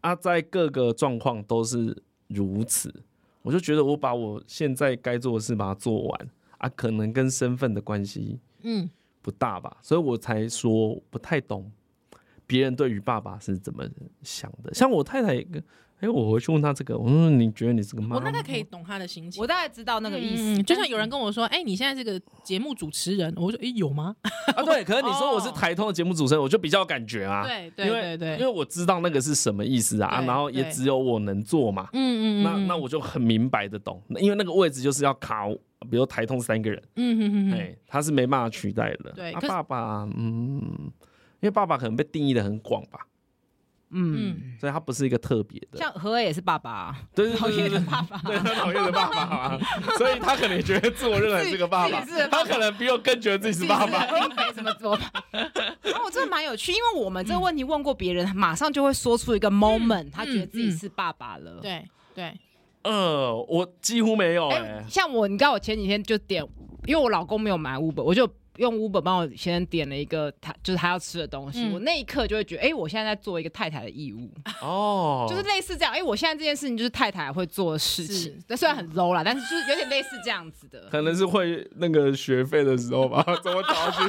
Speaker 3: 啊，在各个状况都是如此。我就觉得我把我现在该做的事把它做完啊，可能跟身份的关系
Speaker 2: 嗯
Speaker 3: 不大吧，所以我才说不太懂别人对于爸爸是怎么想的。像我太太也跟，哎、我回去问她这个，我说你觉得你是个妈
Speaker 2: 我
Speaker 3: 妈
Speaker 2: 大概
Speaker 3: 吗？
Speaker 2: 可以懂他的心情
Speaker 1: 我。大概知道那个意
Speaker 2: 嗯
Speaker 1: 思，
Speaker 2: 就像有人跟我说：“哎、你现在是个节目主持人。”我说：“哎、有吗
Speaker 3: 啊，对，可是你说我是
Speaker 1: 哦
Speaker 3: 台通的节目主持人，我就比较有感觉？”啊，
Speaker 2: 对
Speaker 3: 因
Speaker 2: 对
Speaker 3: 为
Speaker 2: 对对，
Speaker 3: 因为我知道那个是什么意思啊，啊
Speaker 2: 对
Speaker 3: 然后也
Speaker 2: 对
Speaker 3: 只有我能做嘛，
Speaker 2: 嗯嗯嗯，
Speaker 3: 那那我就很明白的懂，因为那个位置就是要卡，比如台通三个人，
Speaker 2: 嗯嗯嗯
Speaker 3: 哎、
Speaker 2: 嗯，
Speaker 3: 他是没办法取代的。
Speaker 2: 对可
Speaker 3: 啊、
Speaker 2: 是
Speaker 3: 爸爸，嗯，因为爸爸可能被定义的很广吧，
Speaker 1: 嗯，
Speaker 3: 所以他不是一个特别的，
Speaker 1: 像何伟也是爸啊爸，
Speaker 3: 对对
Speaker 1: 讨
Speaker 3: 对对
Speaker 1: 厌的
Speaker 3: 对。
Speaker 1: 爸爸，
Speaker 3: 对他讨厌的爸爸嘛，所以他可能也觉得自我认同是个爸爸
Speaker 1: 自己自己是，
Speaker 3: 他可能比我更觉得自己是爸爸。
Speaker 1: 没怎么做吧。 然后我真的蛮有趣，因为我们这个问题问过别人，马上就会说出一个 moment，他觉得自己是爸爸了。
Speaker 2: 对对，
Speaker 3: 呃，我几乎没有
Speaker 1: 哎
Speaker 3: 哎，
Speaker 1: 像我，你知道我前几天就点，因为我老公没有买 Uber，我就用 Uber 帮我先生点了一个他就是他要吃的东西。
Speaker 2: 嗯
Speaker 1: 我那一刻就会觉得，哎、我现在在做一个太太的义务，
Speaker 3: 哦，
Speaker 1: 就是类似这样。哎、我现在这件事情就是太太会做的事情
Speaker 2: 是，
Speaker 1: 但虽然很 low 啦，但是就是有点类似这样子的。
Speaker 3: 可能是会那个学费的时候吧，怎么找去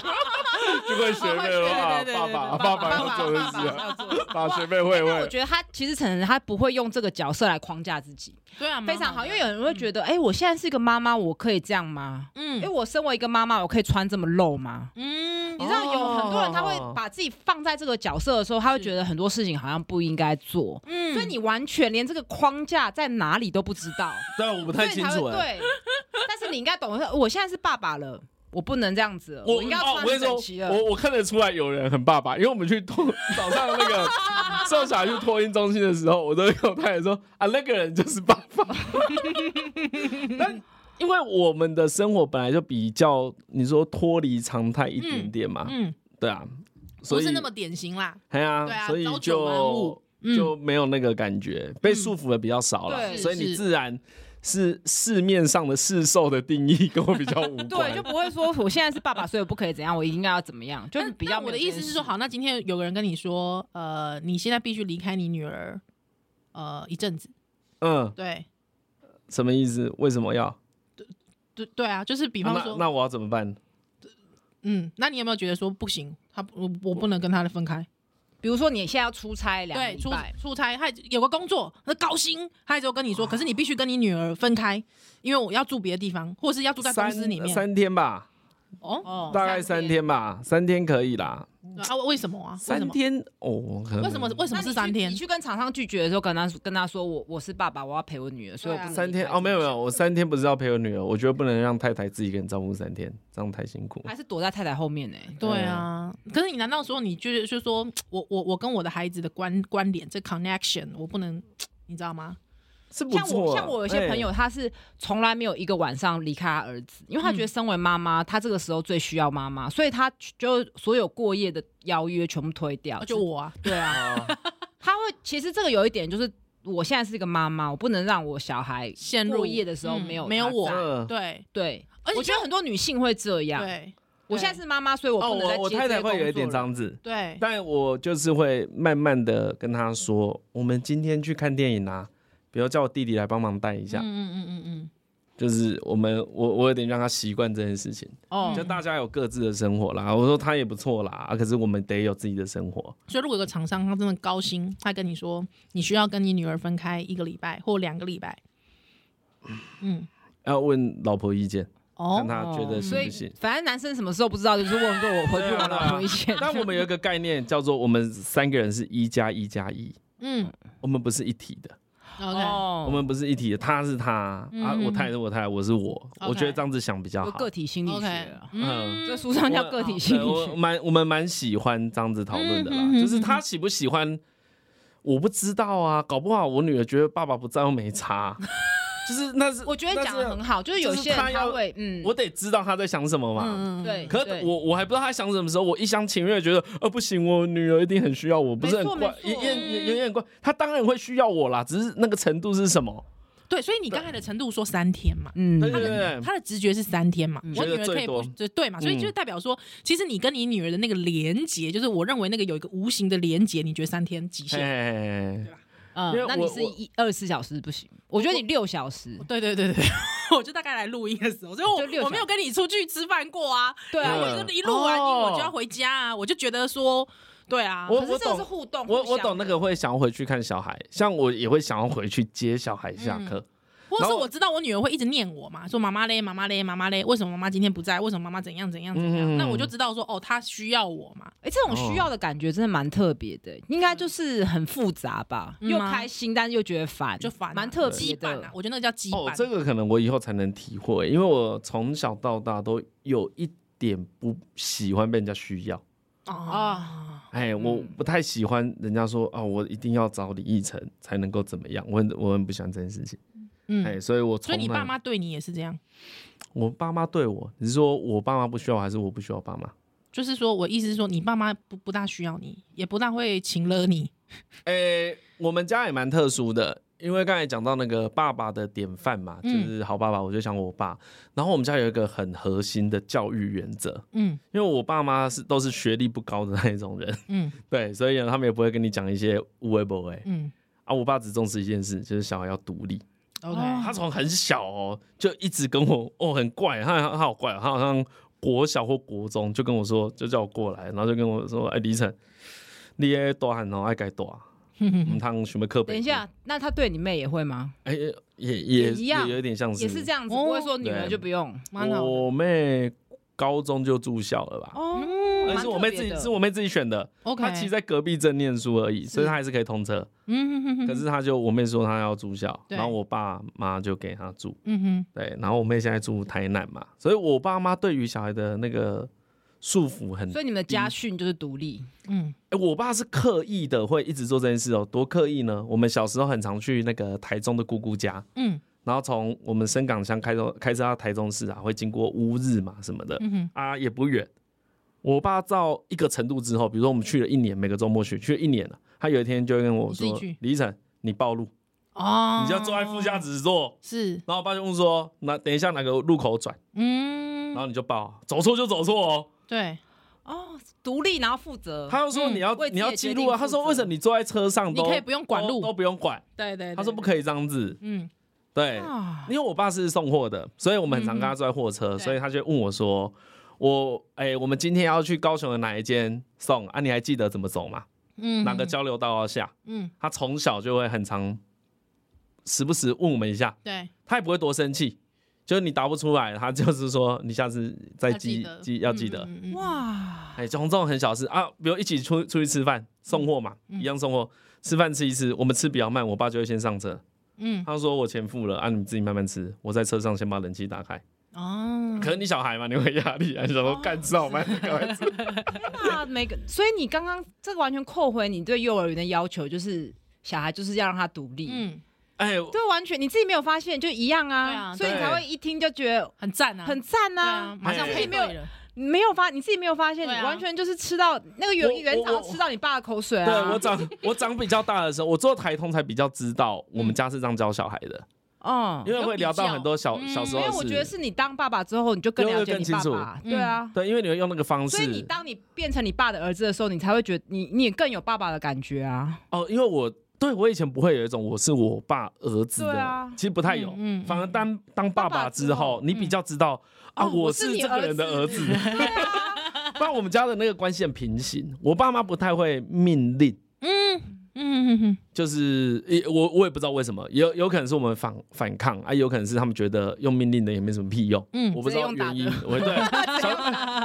Speaker 3: 就哦会学费的话，
Speaker 2: 对对对对
Speaker 3: 啊爸爸
Speaker 2: 爸爸
Speaker 3: 爸要做的事
Speaker 1: 爸爸
Speaker 3: 啊，
Speaker 1: 要做的事
Speaker 3: 把学费会
Speaker 1: 但我
Speaker 3: 会，
Speaker 1: 觉得他其实可能他不会用这个角色来框架自己，
Speaker 2: 对啊，
Speaker 1: 非
Speaker 2: 蛮
Speaker 1: 常好。
Speaker 2: 的
Speaker 1: 因为有人会觉得，哎、我现在是一个妈妈，我可以这样吗？哎、
Speaker 2: 嗯
Speaker 1: 我身为一个妈妈，我可以穿这么露吗？哦
Speaker 2: 嗯
Speaker 1: 你知道有很多人他会把自己放在这个角色的时候，他会觉得很多事情好像不应该做，
Speaker 2: 嗯，
Speaker 1: 所以你完全连这个框架在哪里都不知 道，
Speaker 3: 但我
Speaker 1: 所
Speaker 3: 不太
Speaker 1: 以你
Speaker 3: 清
Speaker 1: 才
Speaker 3: 楚
Speaker 1: 会
Speaker 3: 哎。
Speaker 1: 对。但是你应该懂，我现在是爸爸了，我不能这样子了，我应该要
Speaker 3: 哦
Speaker 1: 穿
Speaker 3: 我跟
Speaker 1: 得
Speaker 3: 你说
Speaker 1: 整齐，了。
Speaker 3: 我我看得出来有人很爸爸，因为我们去托 早上那 个送小孩去托婴中心的时候，我都有太太说啊，那个人就是爸 爸。 但因为我们的生活本来就比较你说脱离常态一点点嘛，
Speaker 2: 嗯
Speaker 3: 对啊，所
Speaker 2: 不
Speaker 3: 以
Speaker 2: 是那么典型啦，
Speaker 3: 哎呀，
Speaker 2: 对啊
Speaker 3: 所以
Speaker 2: 朝九晚
Speaker 3: 就
Speaker 2: 五嗯
Speaker 3: 就没有那个感觉，被束缚的比较少了，
Speaker 1: 对
Speaker 3: 所以你
Speaker 2: 是
Speaker 3: 自然是市面上的市售的定义 跟我比较无关。
Speaker 1: 对，就不会说我现在是爸爸，所以我不可以怎样，我应该要怎么样，就是
Speaker 2: 但
Speaker 1: 比较
Speaker 2: 但
Speaker 1: 没有
Speaker 2: 我的
Speaker 1: 这
Speaker 2: 意
Speaker 1: 件
Speaker 2: 思是
Speaker 1: 事
Speaker 2: 说，，好，那今天有个人跟你说，呃，你现在必须离开你女儿，呃，一阵子，
Speaker 3: 嗯，
Speaker 2: 对
Speaker 3: 什么意思？为什么要？
Speaker 2: 对对啊，就是比
Speaker 3: 啊
Speaker 2: 方
Speaker 3: 那
Speaker 2: 说，
Speaker 3: 那我要怎么办？
Speaker 2: 嗯，那你有没有觉得说不行，他不我我不能跟他分开？
Speaker 1: 比如说你现在要出差两个
Speaker 2: 对，
Speaker 1: 礼
Speaker 2: 出
Speaker 1: 拜，
Speaker 2: 出差，他有个工作，那高薪，他就跟你说，可是你必须跟你女儿分开，因为我要住别的地方，或是要住在公司里面。
Speaker 3: 三天吧，
Speaker 2: 哦，
Speaker 1: 哦
Speaker 3: 大概三。天吧，三天可以啦。
Speaker 2: 啊，为什么啊？为什
Speaker 3: 嗯三
Speaker 2: 么？
Speaker 3: 天哦，可能
Speaker 2: 为什么？为什
Speaker 1: 那你
Speaker 2: 么是
Speaker 1: 去
Speaker 2: 三天
Speaker 1: 你？去跟厂商拒绝的时候，跟他跟他说我我是爸爸，我要陪我女儿，所以我
Speaker 2: 对啊
Speaker 1: 不能
Speaker 3: 三
Speaker 1: 离
Speaker 3: 天
Speaker 1: 开
Speaker 3: 哦，没有
Speaker 1: 这
Speaker 3: 没
Speaker 1: 个
Speaker 3: 有，我三天不是要陪我女儿，我觉得不能让太太自己一个人照顾三天，这样太辛苦
Speaker 1: 家，。还是躲在太太后面呢、
Speaker 2: 对啊，
Speaker 3: 嗯
Speaker 2: 可是你难道说你就是就是说我我我跟我的孩子的关关联这 connection 我不能，你知道吗？
Speaker 3: 是不
Speaker 1: 像
Speaker 3: 错
Speaker 1: 我
Speaker 3: 啊。
Speaker 1: 像我有些朋友，他是从来没有一个晚上离开他儿子，因为他觉
Speaker 3: 嗯
Speaker 1: 得身为妈妈，他这个时候最需要妈妈，所以他就所有过夜的邀约全部推掉。
Speaker 2: 就我啊，
Speaker 1: 对啊，
Speaker 3: 哎啊
Speaker 1: 他会其实这个有一点就是，我现在是一个妈妈，我不能让我小孩
Speaker 2: 陷入
Speaker 1: 过夜的时候
Speaker 2: 嗯
Speaker 1: 没有、
Speaker 2: 没有我
Speaker 3: 嗯
Speaker 2: 对
Speaker 1: 对，
Speaker 2: 而且
Speaker 1: 我觉得很多女性会这样。
Speaker 2: 对
Speaker 1: 我现在是妈妈，所以我
Speaker 3: 哦，
Speaker 1: 不能再
Speaker 3: 我
Speaker 1: 接
Speaker 3: 我
Speaker 1: 这些
Speaker 3: 太太会有一点
Speaker 1: 工作了
Speaker 3: 张子，
Speaker 2: 对
Speaker 3: 但我就是会慢慢的跟她说，我们今天去看电影啊，比如叫我弟弟来帮忙带一
Speaker 2: 嗯
Speaker 3: 下，
Speaker 2: 嗯嗯嗯嗯，
Speaker 3: 就是我们我我有点让他习惯这件事情，
Speaker 1: 哦
Speaker 2: 嗯
Speaker 3: 就。大家有各自的生活啦。我说他也不错啦，啊可是我们得有自己的生活。
Speaker 2: 所以如果有个厂商他真的高薪，他跟你说你需要跟你女儿分开一个礼拜或两个礼拜，嗯，
Speaker 3: 要问老婆 意见，看
Speaker 2: 哦，
Speaker 3: 她觉得
Speaker 1: 所
Speaker 3: 行
Speaker 1: 以
Speaker 3: 不行。啊
Speaker 1: 反正男生什么时候不知道，就是问问我回去我老婆一些。
Speaker 3: 但我们有一个概念叫做，我们三个人是一加一加一，
Speaker 2: 嗯
Speaker 3: 我们不是一体的，
Speaker 2: ，OK，
Speaker 1: 哦
Speaker 3: 我们不是一体的，他是他啊，
Speaker 2: 嗯
Speaker 3: 我太太是我太太，我是我，
Speaker 2: OK
Speaker 3: 我觉得这样子想比较
Speaker 1: 有
Speaker 3: 好。
Speaker 1: 个体心理学
Speaker 2: OK，
Speaker 1: 啊，
Speaker 2: 嗯，
Speaker 1: 这书上叫
Speaker 3: 我
Speaker 1: 个体心
Speaker 3: 对
Speaker 1: 理
Speaker 3: 我
Speaker 1: 学。
Speaker 3: 蛮我们蛮喜欢这样子讨论的啦
Speaker 2: 嗯，哼
Speaker 3: 就是他喜不喜欢，我不知道啊，搞不好我女儿觉得爸爸不在又没差，就是那是
Speaker 1: 我觉得讲的很
Speaker 3: 好，
Speaker 1: 好，就是有
Speaker 3: 就是
Speaker 1: 些人
Speaker 3: 他要
Speaker 1: 他会嗯，
Speaker 3: 我得知道他在想什么嘛。
Speaker 2: 嗯嗯，
Speaker 1: 对，
Speaker 3: 可
Speaker 1: 对
Speaker 3: 我我还不知道他想什么时候，我一厢情愿地觉得，呃，不行，我女儿一定很需要我，不是很
Speaker 1: 没错
Speaker 3: 怪，
Speaker 1: 没
Speaker 3: 也
Speaker 1: 错
Speaker 3: 也也有点怪。她当然会需要我啦，只是那个程度是什么？
Speaker 2: 对，所以你刚才的程度说三天嘛，
Speaker 1: 嗯
Speaker 3: 对对对，
Speaker 2: 他的直觉是三天嘛，我
Speaker 3: 嗯觉
Speaker 2: 女
Speaker 3: 得
Speaker 2: 儿
Speaker 3: 最
Speaker 2: 可以不
Speaker 3: 多
Speaker 2: 就对嘛，所以就
Speaker 3: 嗯
Speaker 2: 代表说，其实你跟你女儿的那个连结，就是我认为那个有一个无形的连结，你觉得三天极限？
Speaker 3: 哎，因为
Speaker 1: 嗯，那你
Speaker 3: 我
Speaker 1: 是
Speaker 3: 我
Speaker 1: 一二十四小时不行，我觉得你六小时，
Speaker 2: 对对对对， 我就大概来录音的时候，所以
Speaker 1: 就六小
Speaker 2: 我我没有跟你出去吃饭过啊，
Speaker 1: 对
Speaker 2: 然
Speaker 1: 啊
Speaker 2: 后，
Speaker 3: 嗯
Speaker 2: 我就一录完音我就
Speaker 3: 哦
Speaker 2: 要回家啊，我就觉得说，对啊，
Speaker 3: 我
Speaker 1: 可是这个
Speaker 3: 懂
Speaker 1: 是互动，
Speaker 3: 我
Speaker 1: 互
Speaker 3: 我
Speaker 1: 相
Speaker 3: 懂那
Speaker 1: 的
Speaker 3: 个会想要回去看小孩，像我也会想要回去接小孩下课。
Speaker 2: 或者
Speaker 3: 然
Speaker 2: 是
Speaker 3: 后
Speaker 2: 我知道我女儿会一直念我嘛，说妈妈嘞，妈妈嘞，妈妈嘞，为什么妈妈今天不在？为什么妈妈怎样怎样怎样？
Speaker 3: 嗯
Speaker 2: 那我就知道说，哦，她需要我嘛，
Speaker 1: 哎、这种需要的感觉真的蛮特别的、应该就是很复杂吧，
Speaker 2: 嗯
Speaker 1: 又
Speaker 2: 吗
Speaker 1: 开心，但是又觉得烦，
Speaker 2: 就烦啊
Speaker 1: 蛮特
Speaker 2: 羁
Speaker 1: 别
Speaker 2: 绊
Speaker 1: 的
Speaker 2: 啊，。我觉得那叫羁
Speaker 3: 哦
Speaker 2: 绊，，
Speaker 3: 这个可能我以后才能体会，因为我从小到大都有一点不喜欢被人家需要。
Speaker 2: 哦啊。
Speaker 3: 哎，我不太喜欢人家说哦，我一定要找李奕晨才能够怎么样，我很我很不喜欢这件事情。哎，
Speaker 2: 嗯，
Speaker 3: 所以我
Speaker 2: 所
Speaker 3: 从
Speaker 2: 以你
Speaker 3: 来
Speaker 2: 爸妈对你也是这样，
Speaker 3: 我爸妈对我，你是说我爸妈不需要我，还是我不需要爸妈？
Speaker 2: 就是说我意思是说，你爸妈不不大需要你，也不大会请了你。嗯
Speaker 3: 诶、哎我们家也蛮特殊的，因为刚才讲到那个爸爸的典范嘛，就
Speaker 2: 嗯
Speaker 3: 是好爸爸，我就想我爸。然后我们家有一个很核心的教育原则，
Speaker 2: 嗯
Speaker 3: 因为我爸妈是都是学历不高的那一种人，
Speaker 2: 嗯
Speaker 3: 对，所以呢，他们也不会跟你讲一些无为不为
Speaker 2: 嗯
Speaker 3: 啊。我爸只重视一件事，就是小孩要独立。
Speaker 2: ，OK，
Speaker 3: 他从很小哦，就一直跟我哦，很怪，他他他好怪哦，他好像国小或国中就跟我说，就叫我过来，然后就跟我说，哎，李晨，你也大汉哦，爱改大，唔通想要课本。
Speaker 1: 等一下，那他对你妹也会吗？
Speaker 3: 哎、也也
Speaker 1: 也
Speaker 3: 也
Speaker 1: 一样
Speaker 3: 有点像是，
Speaker 1: 也是这样子，
Speaker 2: 哦
Speaker 1: 不会说女儿
Speaker 3: 对
Speaker 1: 就不用
Speaker 2: 蛮好的。
Speaker 3: 我妹高中就住校了吧？
Speaker 1: 哦。
Speaker 3: 但
Speaker 1: 蛮
Speaker 3: 是
Speaker 1: 特
Speaker 3: 我妹
Speaker 1: 别
Speaker 3: 自己，
Speaker 1: 的
Speaker 3: 是我妹自己选的。
Speaker 2: OK，
Speaker 3: 她其实在隔壁镇念书而已，所以她还是可以通车。
Speaker 2: 嗯哼哼
Speaker 3: 可
Speaker 2: 哼，
Speaker 3: 是她就我妹说她要住校，
Speaker 2: 对
Speaker 3: 然后我爸妈就给她住。
Speaker 2: 嗯哼，
Speaker 3: 对，然后我妹现在住台南嘛，所以我爸妈对于小孩的那个束缚很
Speaker 1: 所以你们的家训就是独立，
Speaker 2: 嗯，
Speaker 3: 哎，我爸是刻意的，会一直做这件事哦。多刻意呢？我们小时候很常去那个台中的姑姑家，
Speaker 2: 嗯，
Speaker 3: 然后从我们深港乡开到开车到台中市啊，会经过乌日嘛什么的，
Speaker 2: 哼
Speaker 3: 啊也不远。我爸到一个程度之后，比如说我们去了一年，每个周末去，去了一年了，他有一天就会跟我
Speaker 2: 你
Speaker 3: 说
Speaker 2: 自己去：“
Speaker 3: 李依晨，你暴露，
Speaker 2: 哦，
Speaker 3: 你就要坐在副驾驶座。
Speaker 2: 是，
Speaker 3: 然后我爸就问说：“那等一下哪个路口转？然
Speaker 2: 嗯，
Speaker 3: 后你就报，啊走错就走错哦。”
Speaker 2: 对，
Speaker 1: 哦，独立然后负
Speaker 2: 嗯
Speaker 1: 责。
Speaker 3: 他又说你要、
Speaker 1: 为自己
Speaker 3: 你要
Speaker 1: 的
Speaker 3: 记
Speaker 1: 决
Speaker 3: 录
Speaker 1: 定
Speaker 3: 啊，他说
Speaker 1: 负责
Speaker 3: 为什么你坐在车上
Speaker 2: 你
Speaker 3: 都
Speaker 2: 可以不用管路
Speaker 3: 都都不用管？
Speaker 2: 对对，
Speaker 3: 他说不，可以这样子，
Speaker 2: 嗯，
Speaker 3: 对，
Speaker 1: 啊
Speaker 3: 因为我爸是送货的，所以我们很常跟他坐在货车，
Speaker 2: 嗯
Speaker 3: 所以他就问我说。我哎、我们今天要去高雄的哪一间送啊？你还记得怎么走吗？
Speaker 2: 嗯，
Speaker 3: 哪个交流道要下？
Speaker 2: 嗯，
Speaker 3: 他从小就会很常，时不时问我们一下，
Speaker 2: 对，
Speaker 3: 他也不会多生气，就是你答不出来，他就是说你下次再
Speaker 2: 要记
Speaker 3: 记
Speaker 2: 得
Speaker 3: 记要记得。
Speaker 2: 嗯嗯嗯嗯
Speaker 1: 哇，
Speaker 3: 哎，从这种很小的事啊，比如一起出出去吃饭送货嘛，
Speaker 2: 嗯
Speaker 3: 一样送货，吃饭吃一吃，我们吃比较慢，我爸就会先上车，
Speaker 2: 嗯
Speaker 3: 他说我钱付了，啊你们自己慢慢吃，我在车上先把冷气 打开。
Speaker 2: 哦，
Speaker 3: 可能你小孩嘛，你会有压力啊，你想说干吃好慢，赶快吃。
Speaker 1: 那每个，所以你刚刚这个完全扣回你对幼儿园的要求，就是小孩就是要让他独立。
Speaker 2: 嗯，
Speaker 3: 哎，
Speaker 1: 对，完全你自己没有发现就一样啊，
Speaker 2: 对啊
Speaker 1: 所以你
Speaker 3: 对
Speaker 1: 才会一听就觉得
Speaker 2: 很赞啊，
Speaker 1: 很赞
Speaker 2: 对
Speaker 1: 呐、
Speaker 2: 啊，马上
Speaker 1: 你自
Speaker 2: 配
Speaker 1: 己没有
Speaker 2: 对了，
Speaker 1: 没有发，你自己没有发现，
Speaker 2: 对啊
Speaker 1: 你完全就是吃到那个
Speaker 3: 我
Speaker 1: 园园
Speaker 3: 我
Speaker 1: 长吃到你爸的口水啊。
Speaker 3: 对我长我长比较大的时候，我做台通才比较知道我们家是这样教小孩的，
Speaker 1: 哦，
Speaker 3: 因为会聊到很多小
Speaker 2: 有比较
Speaker 3: 小时
Speaker 1: 因
Speaker 3: 候
Speaker 1: 为
Speaker 3: 的
Speaker 1: 嗯我觉得
Speaker 3: 事。
Speaker 1: 是你当爸爸之后，你就更了解你爸
Speaker 3: 因为
Speaker 1: 爸，
Speaker 2: 更清楚
Speaker 1: 对啊。
Speaker 3: 对，因为你会用那个方
Speaker 1: 所以你
Speaker 3: 式
Speaker 1: 当你变成你爸的儿子的时候，你才会觉得你你也更有爸爸的感觉啊。
Speaker 3: 哦，因为我对我以前不会有一种我是我爸儿子
Speaker 1: 对
Speaker 3: 的
Speaker 1: 啊，
Speaker 3: 其实不太有
Speaker 2: 嗯嗯，
Speaker 3: 反而当当爸爸之
Speaker 1: 当爸
Speaker 3: 后
Speaker 1: 之后，嗯
Speaker 3: 你比较知道啊，
Speaker 1: 哦
Speaker 3: 我
Speaker 1: 我是
Speaker 3: 是
Speaker 1: 你
Speaker 3: 这个人的
Speaker 1: 儿
Speaker 3: 儿子。不然我们家的那个关系很平行，我爸妈不太会命令。
Speaker 2: 嗯嗯嗯
Speaker 3: 就是也我我也不知道为什么，有有可能是我们反反抗啊，有可能是他们觉得用命令的也没什么屁用，
Speaker 2: 嗯
Speaker 3: 我不知道原因
Speaker 1: 直接。
Speaker 3: 我对，小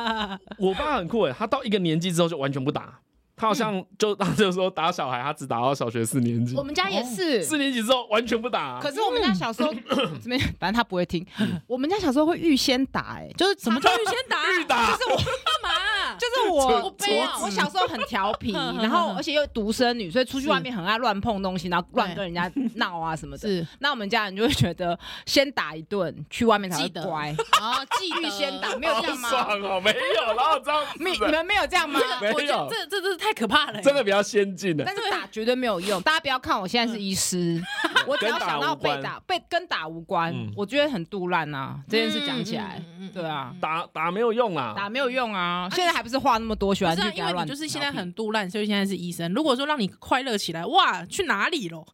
Speaker 3: 我爸很酷诶，欸他到一个年纪之后就完全不打，他好像就、 他就说打小孩，他只打到小学四年级
Speaker 1: 嗯我，们家也
Speaker 2: 哦
Speaker 1: 是，
Speaker 3: 四年级之后完全不
Speaker 2: 啊
Speaker 3: 打
Speaker 1: 可。是我们家小时 候这边，反正他不会听。我们家小时候会预先打，哎，就是
Speaker 2: 什么叫嗯啊预先打？
Speaker 3: 预打
Speaker 2: 就是我干嘛？啊
Speaker 1: 就是
Speaker 2: 我
Speaker 1: 我
Speaker 2: 不要
Speaker 1: 我小时候很调皮，然后而且又独生女，所以出去外面很爱乱碰东西，然后乱跟人家闹啊什么的。
Speaker 2: 是
Speaker 1: 那我们家人就会觉得先打一顿，去外面才会
Speaker 2: 记得
Speaker 1: 乖。
Speaker 2: 啊，记得
Speaker 1: 预先打，没有
Speaker 3: 好
Speaker 1: 这样吗？
Speaker 3: 爽哦，没有，然后这样
Speaker 1: 没
Speaker 3: 子
Speaker 1: 你们没有这样吗？
Speaker 3: 没有
Speaker 2: 我觉得这这这太可怕了，
Speaker 3: 真的比较先进 的，
Speaker 1: 但是打绝对没有用，大家不要看我现在是医 师，我只要想到被
Speaker 3: 跟打
Speaker 1: 打，被跟打无关
Speaker 3: 嗯，
Speaker 1: 我觉得很杜烂啊。这件事讲起来
Speaker 2: 嗯，嗯嗯嗯嗯
Speaker 1: 对啊，
Speaker 3: 打打没有用啦。
Speaker 1: 打没有用啊，现在还不是话那么多，喜
Speaker 2: 不
Speaker 1: 欢
Speaker 2: 是
Speaker 1: 去
Speaker 2: 啊，
Speaker 1: 给
Speaker 2: 因
Speaker 1: 他
Speaker 2: 为
Speaker 1: 乱
Speaker 2: 你就是现在很杜烂，所以现在是医生。如果说让你快乐起来，哇，去哪里喽？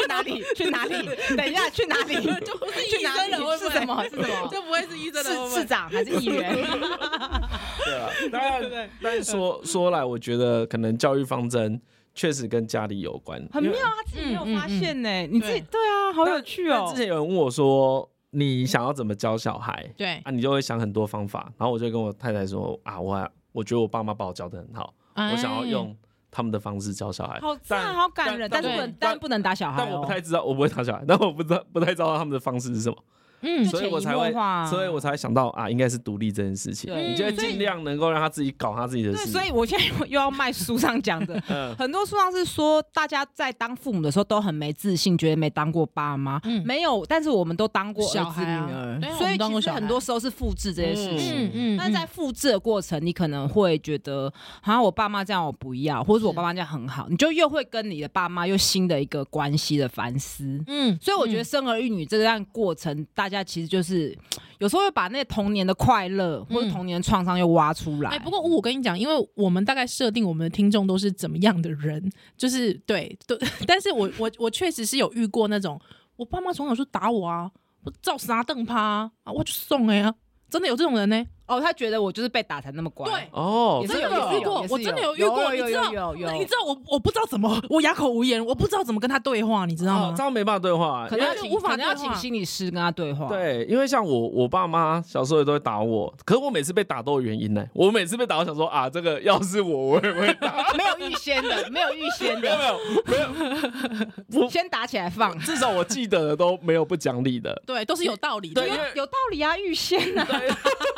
Speaker 1: 去哪里？ 去哪里？等一下，去哪里？
Speaker 2: 就不是
Speaker 1: 去
Speaker 2: 医
Speaker 1: 哪
Speaker 2: 生
Speaker 1: 里
Speaker 2: 了，会？不
Speaker 1: 是
Speaker 2: 会
Speaker 1: 什？么？是什么？
Speaker 2: 就不会是医生了，会不
Speaker 1: 市
Speaker 2: 会
Speaker 1: 市长还是议员？
Speaker 3: 对 啊，当然，但说说来，我觉得可能教育方针确实跟家里有关，
Speaker 1: 很
Speaker 3: 因
Speaker 1: 妙
Speaker 3: 为
Speaker 1: 啊，他自己没有发现呢。
Speaker 2: 嗯
Speaker 1: 你自己对啊，好有趣
Speaker 3: 但
Speaker 1: 哦
Speaker 3: 之。前有人问我说，你想要怎么教小孩
Speaker 2: 对
Speaker 3: 啊？你就会想很多方法，然后我就跟我太太说啊，我我觉得我爸妈把我教的很好，我想要
Speaker 2: 哎
Speaker 3: 用他们的方式教小孩。
Speaker 1: 哎好赞，啊
Speaker 3: 但
Speaker 1: 好感人，但是不能，但不能打小孩哦。
Speaker 3: 但我不太知道，我不会打小孩，但我不知道不太知道他们的方式是什么，
Speaker 2: 嗯
Speaker 3: 所以我才
Speaker 1: 潜移
Speaker 3: 会
Speaker 1: 默化啊，
Speaker 3: 所以我才会想到啊，应该是独立这件事情，
Speaker 1: 对
Speaker 3: 你就会尽量能够让他自己搞他自己的
Speaker 1: 对，
Speaker 3: 事。
Speaker 1: 所以我现在又又要卖书上讲的，
Speaker 3: 嗯，
Speaker 1: 很多书上是说，大家在当父母的时候都很没自信，觉得没当过爸妈，
Speaker 2: 嗯
Speaker 1: 没有，但是我们都当过儿子
Speaker 2: 小孩啊
Speaker 1: 女儿
Speaker 2: 对啊我
Speaker 1: 所
Speaker 2: 们
Speaker 1: 以
Speaker 2: 当过
Speaker 1: 其实
Speaker 2: 小孩
Speaker 1: 很多时候是复制这些事情。
Speaker 2: 嗯嗯，
Speaker 1: 但是在复制的过程，你可能会觉得，好像我爸妈这样我不要，或者我
Speaker 2: 是
Speaker 1: 爸妈这样很好，你就又会跟你的爸妈又新的一个关系的反思。
Speaker 2: 嗯，
Speaker 1: 所以我觉得生儿育女这段过程，大家其实就是有时候会把那童年的快乐或者
Speaker 2: 嗯
Speaker 1: 童年的创伤又挖出来。
Speaker 2: 哎、不过我跟你讲，因为我们大概设定我们的听众都是怎么样的人，就是对对， 但是我我我确实是有遇过那种，我爸妈从小就打我啊，我照杀凳趴啊，啊我就送哎啊，真的有这种人呢、
Speaker 1: 哦，他觉得我就是被打才那么乖。
Speaker 2: 对
Speaker 3: 哦
Speaker 1: 也，
Speaker 2: 真
Speaker 1: 是
Speaker 2: 的
Speaker 1: 有也
Speaker 2: 有
Speaker 1: 是
Speaker 2: 遇
Speaker 1: 有
Speaker 2: 过
Speaker 1: 也，是
Speaker 2: 我真的
Speaker 1: 有
Speaker 2: 遇过，
Speaker 1: 有
Speaker 2: 你
Speaker 1: 有
Speaker 2: 知
Speaker 1: 有
Speaker 2: 道，
Speaker 1: 有有
Speaker 2: 你知道我我不知道怎么，我哑口无言，我不知道怎么跟他对话，你知道
Speaker 3: 哦
Speaker 2: 吗
Speaker 3: 这？样没办法对话，
Speaker 1: 可能要
Speaker 2: 因为
Speaker 1: 请
Speaker 2: 无法
Speaker 1: 可能要
Speaker 2: 对话
Speaker 1: 请心理师跟他对话。，
Speaker 3: 对，因为像我我爸妈小时候也都会打我，可是我每次被打都有原因呢、我每次被打，我想说啊，这个要是我，我也会打。
Speaker 1: 没有预先的，没有预先
Speaker 3: 没有没
Speaker 1: 的，
Speaker 3: 有没有，不，
Speaker 1: 先打起来放。
Speaker 3: 至少我记得的都没有不讲理的。
Speaker 2: 对，都是有道理的
Speaker 3: 对。因为
Speaker 1: 有道理啊，预先啊，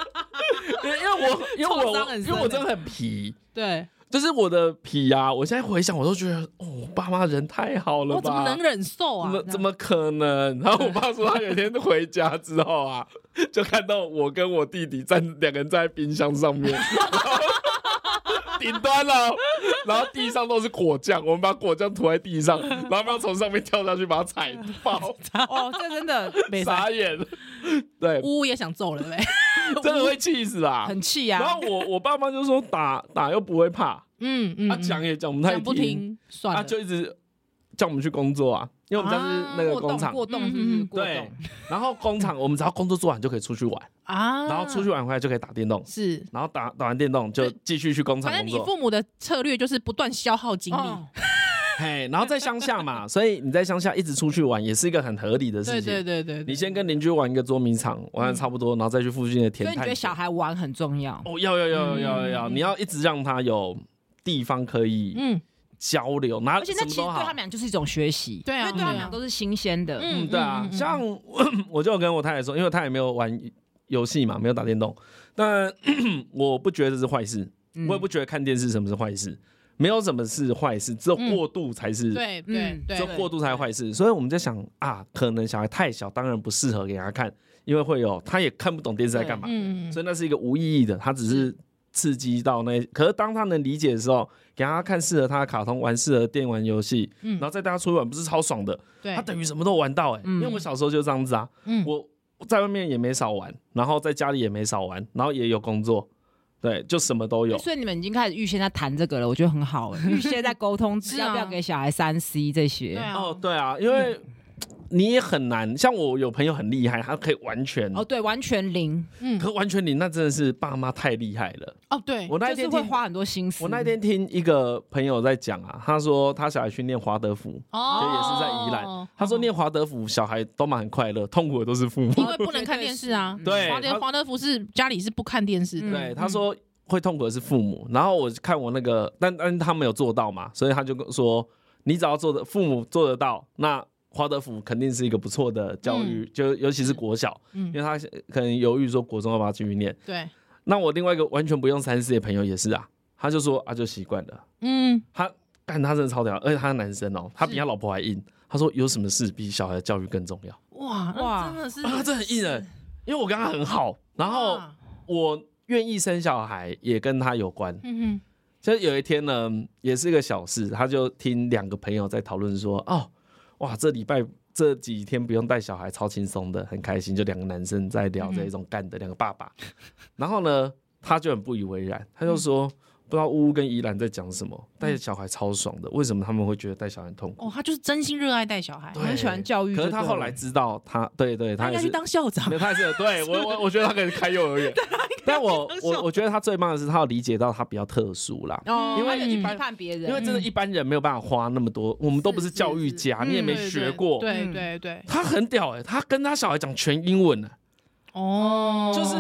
Speaker 3: 因为因为我因为
Speaker 2: 创伤
Speaker 3: 我
Speaker 2: 很
Speaker 3: 因
Speaker 2: 深欸
Speaker 3: 为我真的很皮，
Speaker 2: 对，
Speaker 3: 就是我的皮啊！我现在回想，我都觉得哦，我爸妈人太好了
Speaker 2: 我怎么
Speaker 3: 吧？
Speaker 2: 能忍受
Speaker 3: 怎
Speaker 2: 啊
Speaker 3: 么？怎么可能？ 然后我爸说，他有一天回家之后啊，就看到我跟我弟弟站两个人站在冰箱上面， 然后顶端了，然后地上都是果酱，我们把果酱涂在地上，然后他们要从上面跳下去把它踩 爆，
Speaker 1: 哦，这真 的
Speaker 2: 没事，
Speaker 3: 傻眼。对，
Speaker 2: 呜呜也想揍了呗。
Speaker 3: 真的会气死啊！
Speaker 1: 很气
Speaker 3: 然
Speaker 1: 啊
Speaker 3: 后。我我爸妈就说打打又不会怕，
Speaker 2: 嗯嗯，
Speaker 3: 他
Speaker 2: 嗯
Speaker 3: 讲也讲不太
Speaker 2: 讲不听，算
Speaker 3: 他
Speaker 2: 了。
Speaker 3: 就一直叫我们去工作啊，因为我们家是那个
Speaker 1: 过
Speaker 3: 工
Speaker 1: 动
Speaker 3: 厂，
Speaker 1: 过动是不
Speaker 2: 嗯嗯
Speaker 1: 是
Speaker 2: 嗯
Speaker 1: 过
Speaker 3: 对
Speaker 1: 动？，
Speaker 3: 然后工厂我们只要工作做完就可以出去 玩，
Speaker 2: 啊，
Speaker 3: 然后出去玩回来就可以打电动，
Speaker 2: 是，
Speaker 3: 然后打打完电动就
Speaker 2: 对
Speaker 3: 继续去工 厂
Speaker 2: 反正
Speaker 3: 工
Speaker 2: 你
Speaker 3: 作。
Speaker 2: 父母的策略就是不断消耗精力，
Speaker 1: 哦
Speaker 3: 嘿，然后在乡下嘛， 所以你在乡下一直出去玩也是一个很合理的事
Speaker 2: 对
Speaker 3: 情。
Speaker 2: 对对对，对
Speaker 3: 你先跟邻居玩一个捉迷藏，玩的差不多，然后再去附近的田
Speaker 1: 嗯所以你觉
Speaker 3: 探
Speaker 1: 得
Speaker 3: 险
Speaker 1: 小。孩嗯玩很重要？
Speaker 3: 哦，要要要要要要，你要一直让他有地方可以
Speaker 2: 嗯
Speaker 3: 交流，哪
Speaker 1: 而且那
Speaker 3: 什么
Speaker 1: 其实
Speaker 3: 都
Speaker 1: 对
Speaker 3: 好
Speaker 1: 他们俩就是一种学习，
Speaker 2: 对啊
Speaker 1: 因为对他们
Speaker 2: 对
Speaker 1: 俩
Speaker 2: 啊
Speaker 1: 都是新鲜的。嗯，
Speaker 2: 嗯
Speaker 3: 对啊，像 我就有跟我太太说，因为她也没有玩游戏嘛，没有打电动，但 我不觉得这是坏事，
Speaker 2: 嗯
Speaker 1: 嗯
Speaker 3: 我也不觉得看电视什么是坏事，没有什么是坏事，只有
Speaker 2: 嗯
Speaker 3: 过度才是，
Speaker 2: 对对
Speaker 1: 嗯
Speaker 2: 对
Speaker 3: 只有
Speaker 2: 对
Speaker 3: 过度才是坏事。所以我们在想啊，可能小孩太小，当然不适合给他看，因为会有他也看不懂电视在干嘛，
Speaker 2: 嗯嗯
Speaker 3: 所以那是一个无意义的，他只是。刺激到那，可是当他能理解的时候，给他看适合他的卡通，玩适合电玩游戏，
Speaker 2: 嗯
Speaker 3: 然后再带他出去玩，不是超爽的？
Speaker 2: 对
Speaker 3: 他，等于什么都玩到哎、欸，
Speaker 1: 嗯
Speaker 3: 因为我小时候就这样子啊，
Speaker 2: 嗯
Speaker 3: 我在外面也没少玩，然后在家里也没少玩，然后也有工作，对，就什么都有。
Speaker 1: 所以你们已经开始预先在谈这个了，我觉得很好欸。预先在沟 通
Speaker 2: 是啊
Speaker 1: 要不要给小孩三 C 这些
Speaker 2: 对。啊
Speaker 3: 哦，对啊，因为你也很难，像我有朋友很厉害，他可以完全，
Speaker 1: 哦，对，完全零，
Speaker 2: 嗯
Speaker 3: 可完全你那真的是爸妈太厉害了。
Speaker 2: 哦对，
Speaker 3: 我那一
Speaker 1: 就是
Speaker 3: 天
Speaker 1: 会
Speaker 3: 听，
Speaker 1: 花很多心思。
Speaker 3: 我那一天听一个朋友在讲啊，他说他小孩去念华德福，
Speaker 2: 哦
Speaker 3: 就也是在宜兰，他说
Speaker 2: 哦
Speaker 3: 念华德福小孩都蛮快乐，痛苦的都是父母。
Speaker 2: 因
Speaker 1: 哦
Speaker 2: 为不能看电视啊，
Speaker 1: 绝
Speaker 3: 对
Speaker 2: 华德
Speaker 3: 他
Speaker 2: 华德福是家里是不看电视的，
Speaker 3: 对，
Speaker 1: 嗯
Speaker 3: 他说会痛苦的是父母，然后我看我那个，但但他没有做到嘛，所以他就跟说，你只要做的父母做得到，那华德福肯定是一个不错的教育，就尤其是国小，
Speaker 2: 嗯
Speaker 3: 因为他可能犹豫说国中要不要继续念。
Speaker 2: 对，
Speaker 3: 那我另外一个完全不用三思的朋友也是啊，他就说啊就习惯了，
Speaker 2: 嗯，
Speaker 3: 他但他真的超屌，而且他是男生哦，他比他老婆还硬，他说有什么事比小孩的教育更重要
Speaker 2: 哇哇，
Speaker 1: 哇
Speaker 2: 真的是啊
Speaker 3: 啊，这很硬哎，因为我跟他很好，然后
Speaker 2: 哇
Speaker 3: 我愿意生小孩也跟他有关。
Speaker 2: 嗯
Speaker 3: 就是有一天呢，也是一个小事，他就听两个朋友在讨论说，哦，哇，这礼拜这几天不用带小孩，超轻松的，很开心。就两个男生在
Speaker 1: 嗯
Speaker 3: 聊这一种干的，两个爸爸。然后呢，他就很不以为然，他就
Speaker 1: 嗯
Speaker 3: 说，不知道乌乌跟怡兰在讲什么，带小孩超爽的，为什么他们会觉得带小孩很痛苦？
Speaker 2: 哼，哦，他就是真心热爱带小孩，
Speaker 3: 对
Speaker 1: 很哦喜欢教育就
Speaker 3: 可
Speaker 1: 对
Speaker 3: 是
Speaker 1: 了
Speaker 3: 他后来知道他，对对，
Speaker 2: 他
Speaker 3: 他
Speaker 2: 应
Speaker 3: 也
Speaker 2: 该去
Speaker 3: 是。
Speaker 2: 当校长
Speaker 3: 没，有，他也是对 我我我觉得他可以开幼儿园，但我我我觉得他最棒的是他要理解到他比较特殊啦，
Speaker 1: 哦，
Speaker 2: 因为
Speaker 1: 他有
Speaker 2: 一
Speaker 1: 去
Speaker 2: 般
Speaker 1: 批判别人，
Speaker 3: 因为真的，一般人没有办法花那么多，
Speaker 2: 嗯
Speaker 3: 我们都不是教育家，
Speaker 1: 是
Speaker 3: 你也没
Speaker 2: 对
Speaker 3: 学
Speaker 2: 对
Speaker 3: 过。
Speaker 2: 对
Speaker 1: 嗯
Speaker 2: 对对，
Speaker 3: 他很屌哎、他跟他小孩讲全英文啊呢、
Speaker 2: 哦，
Speaker 3: 就是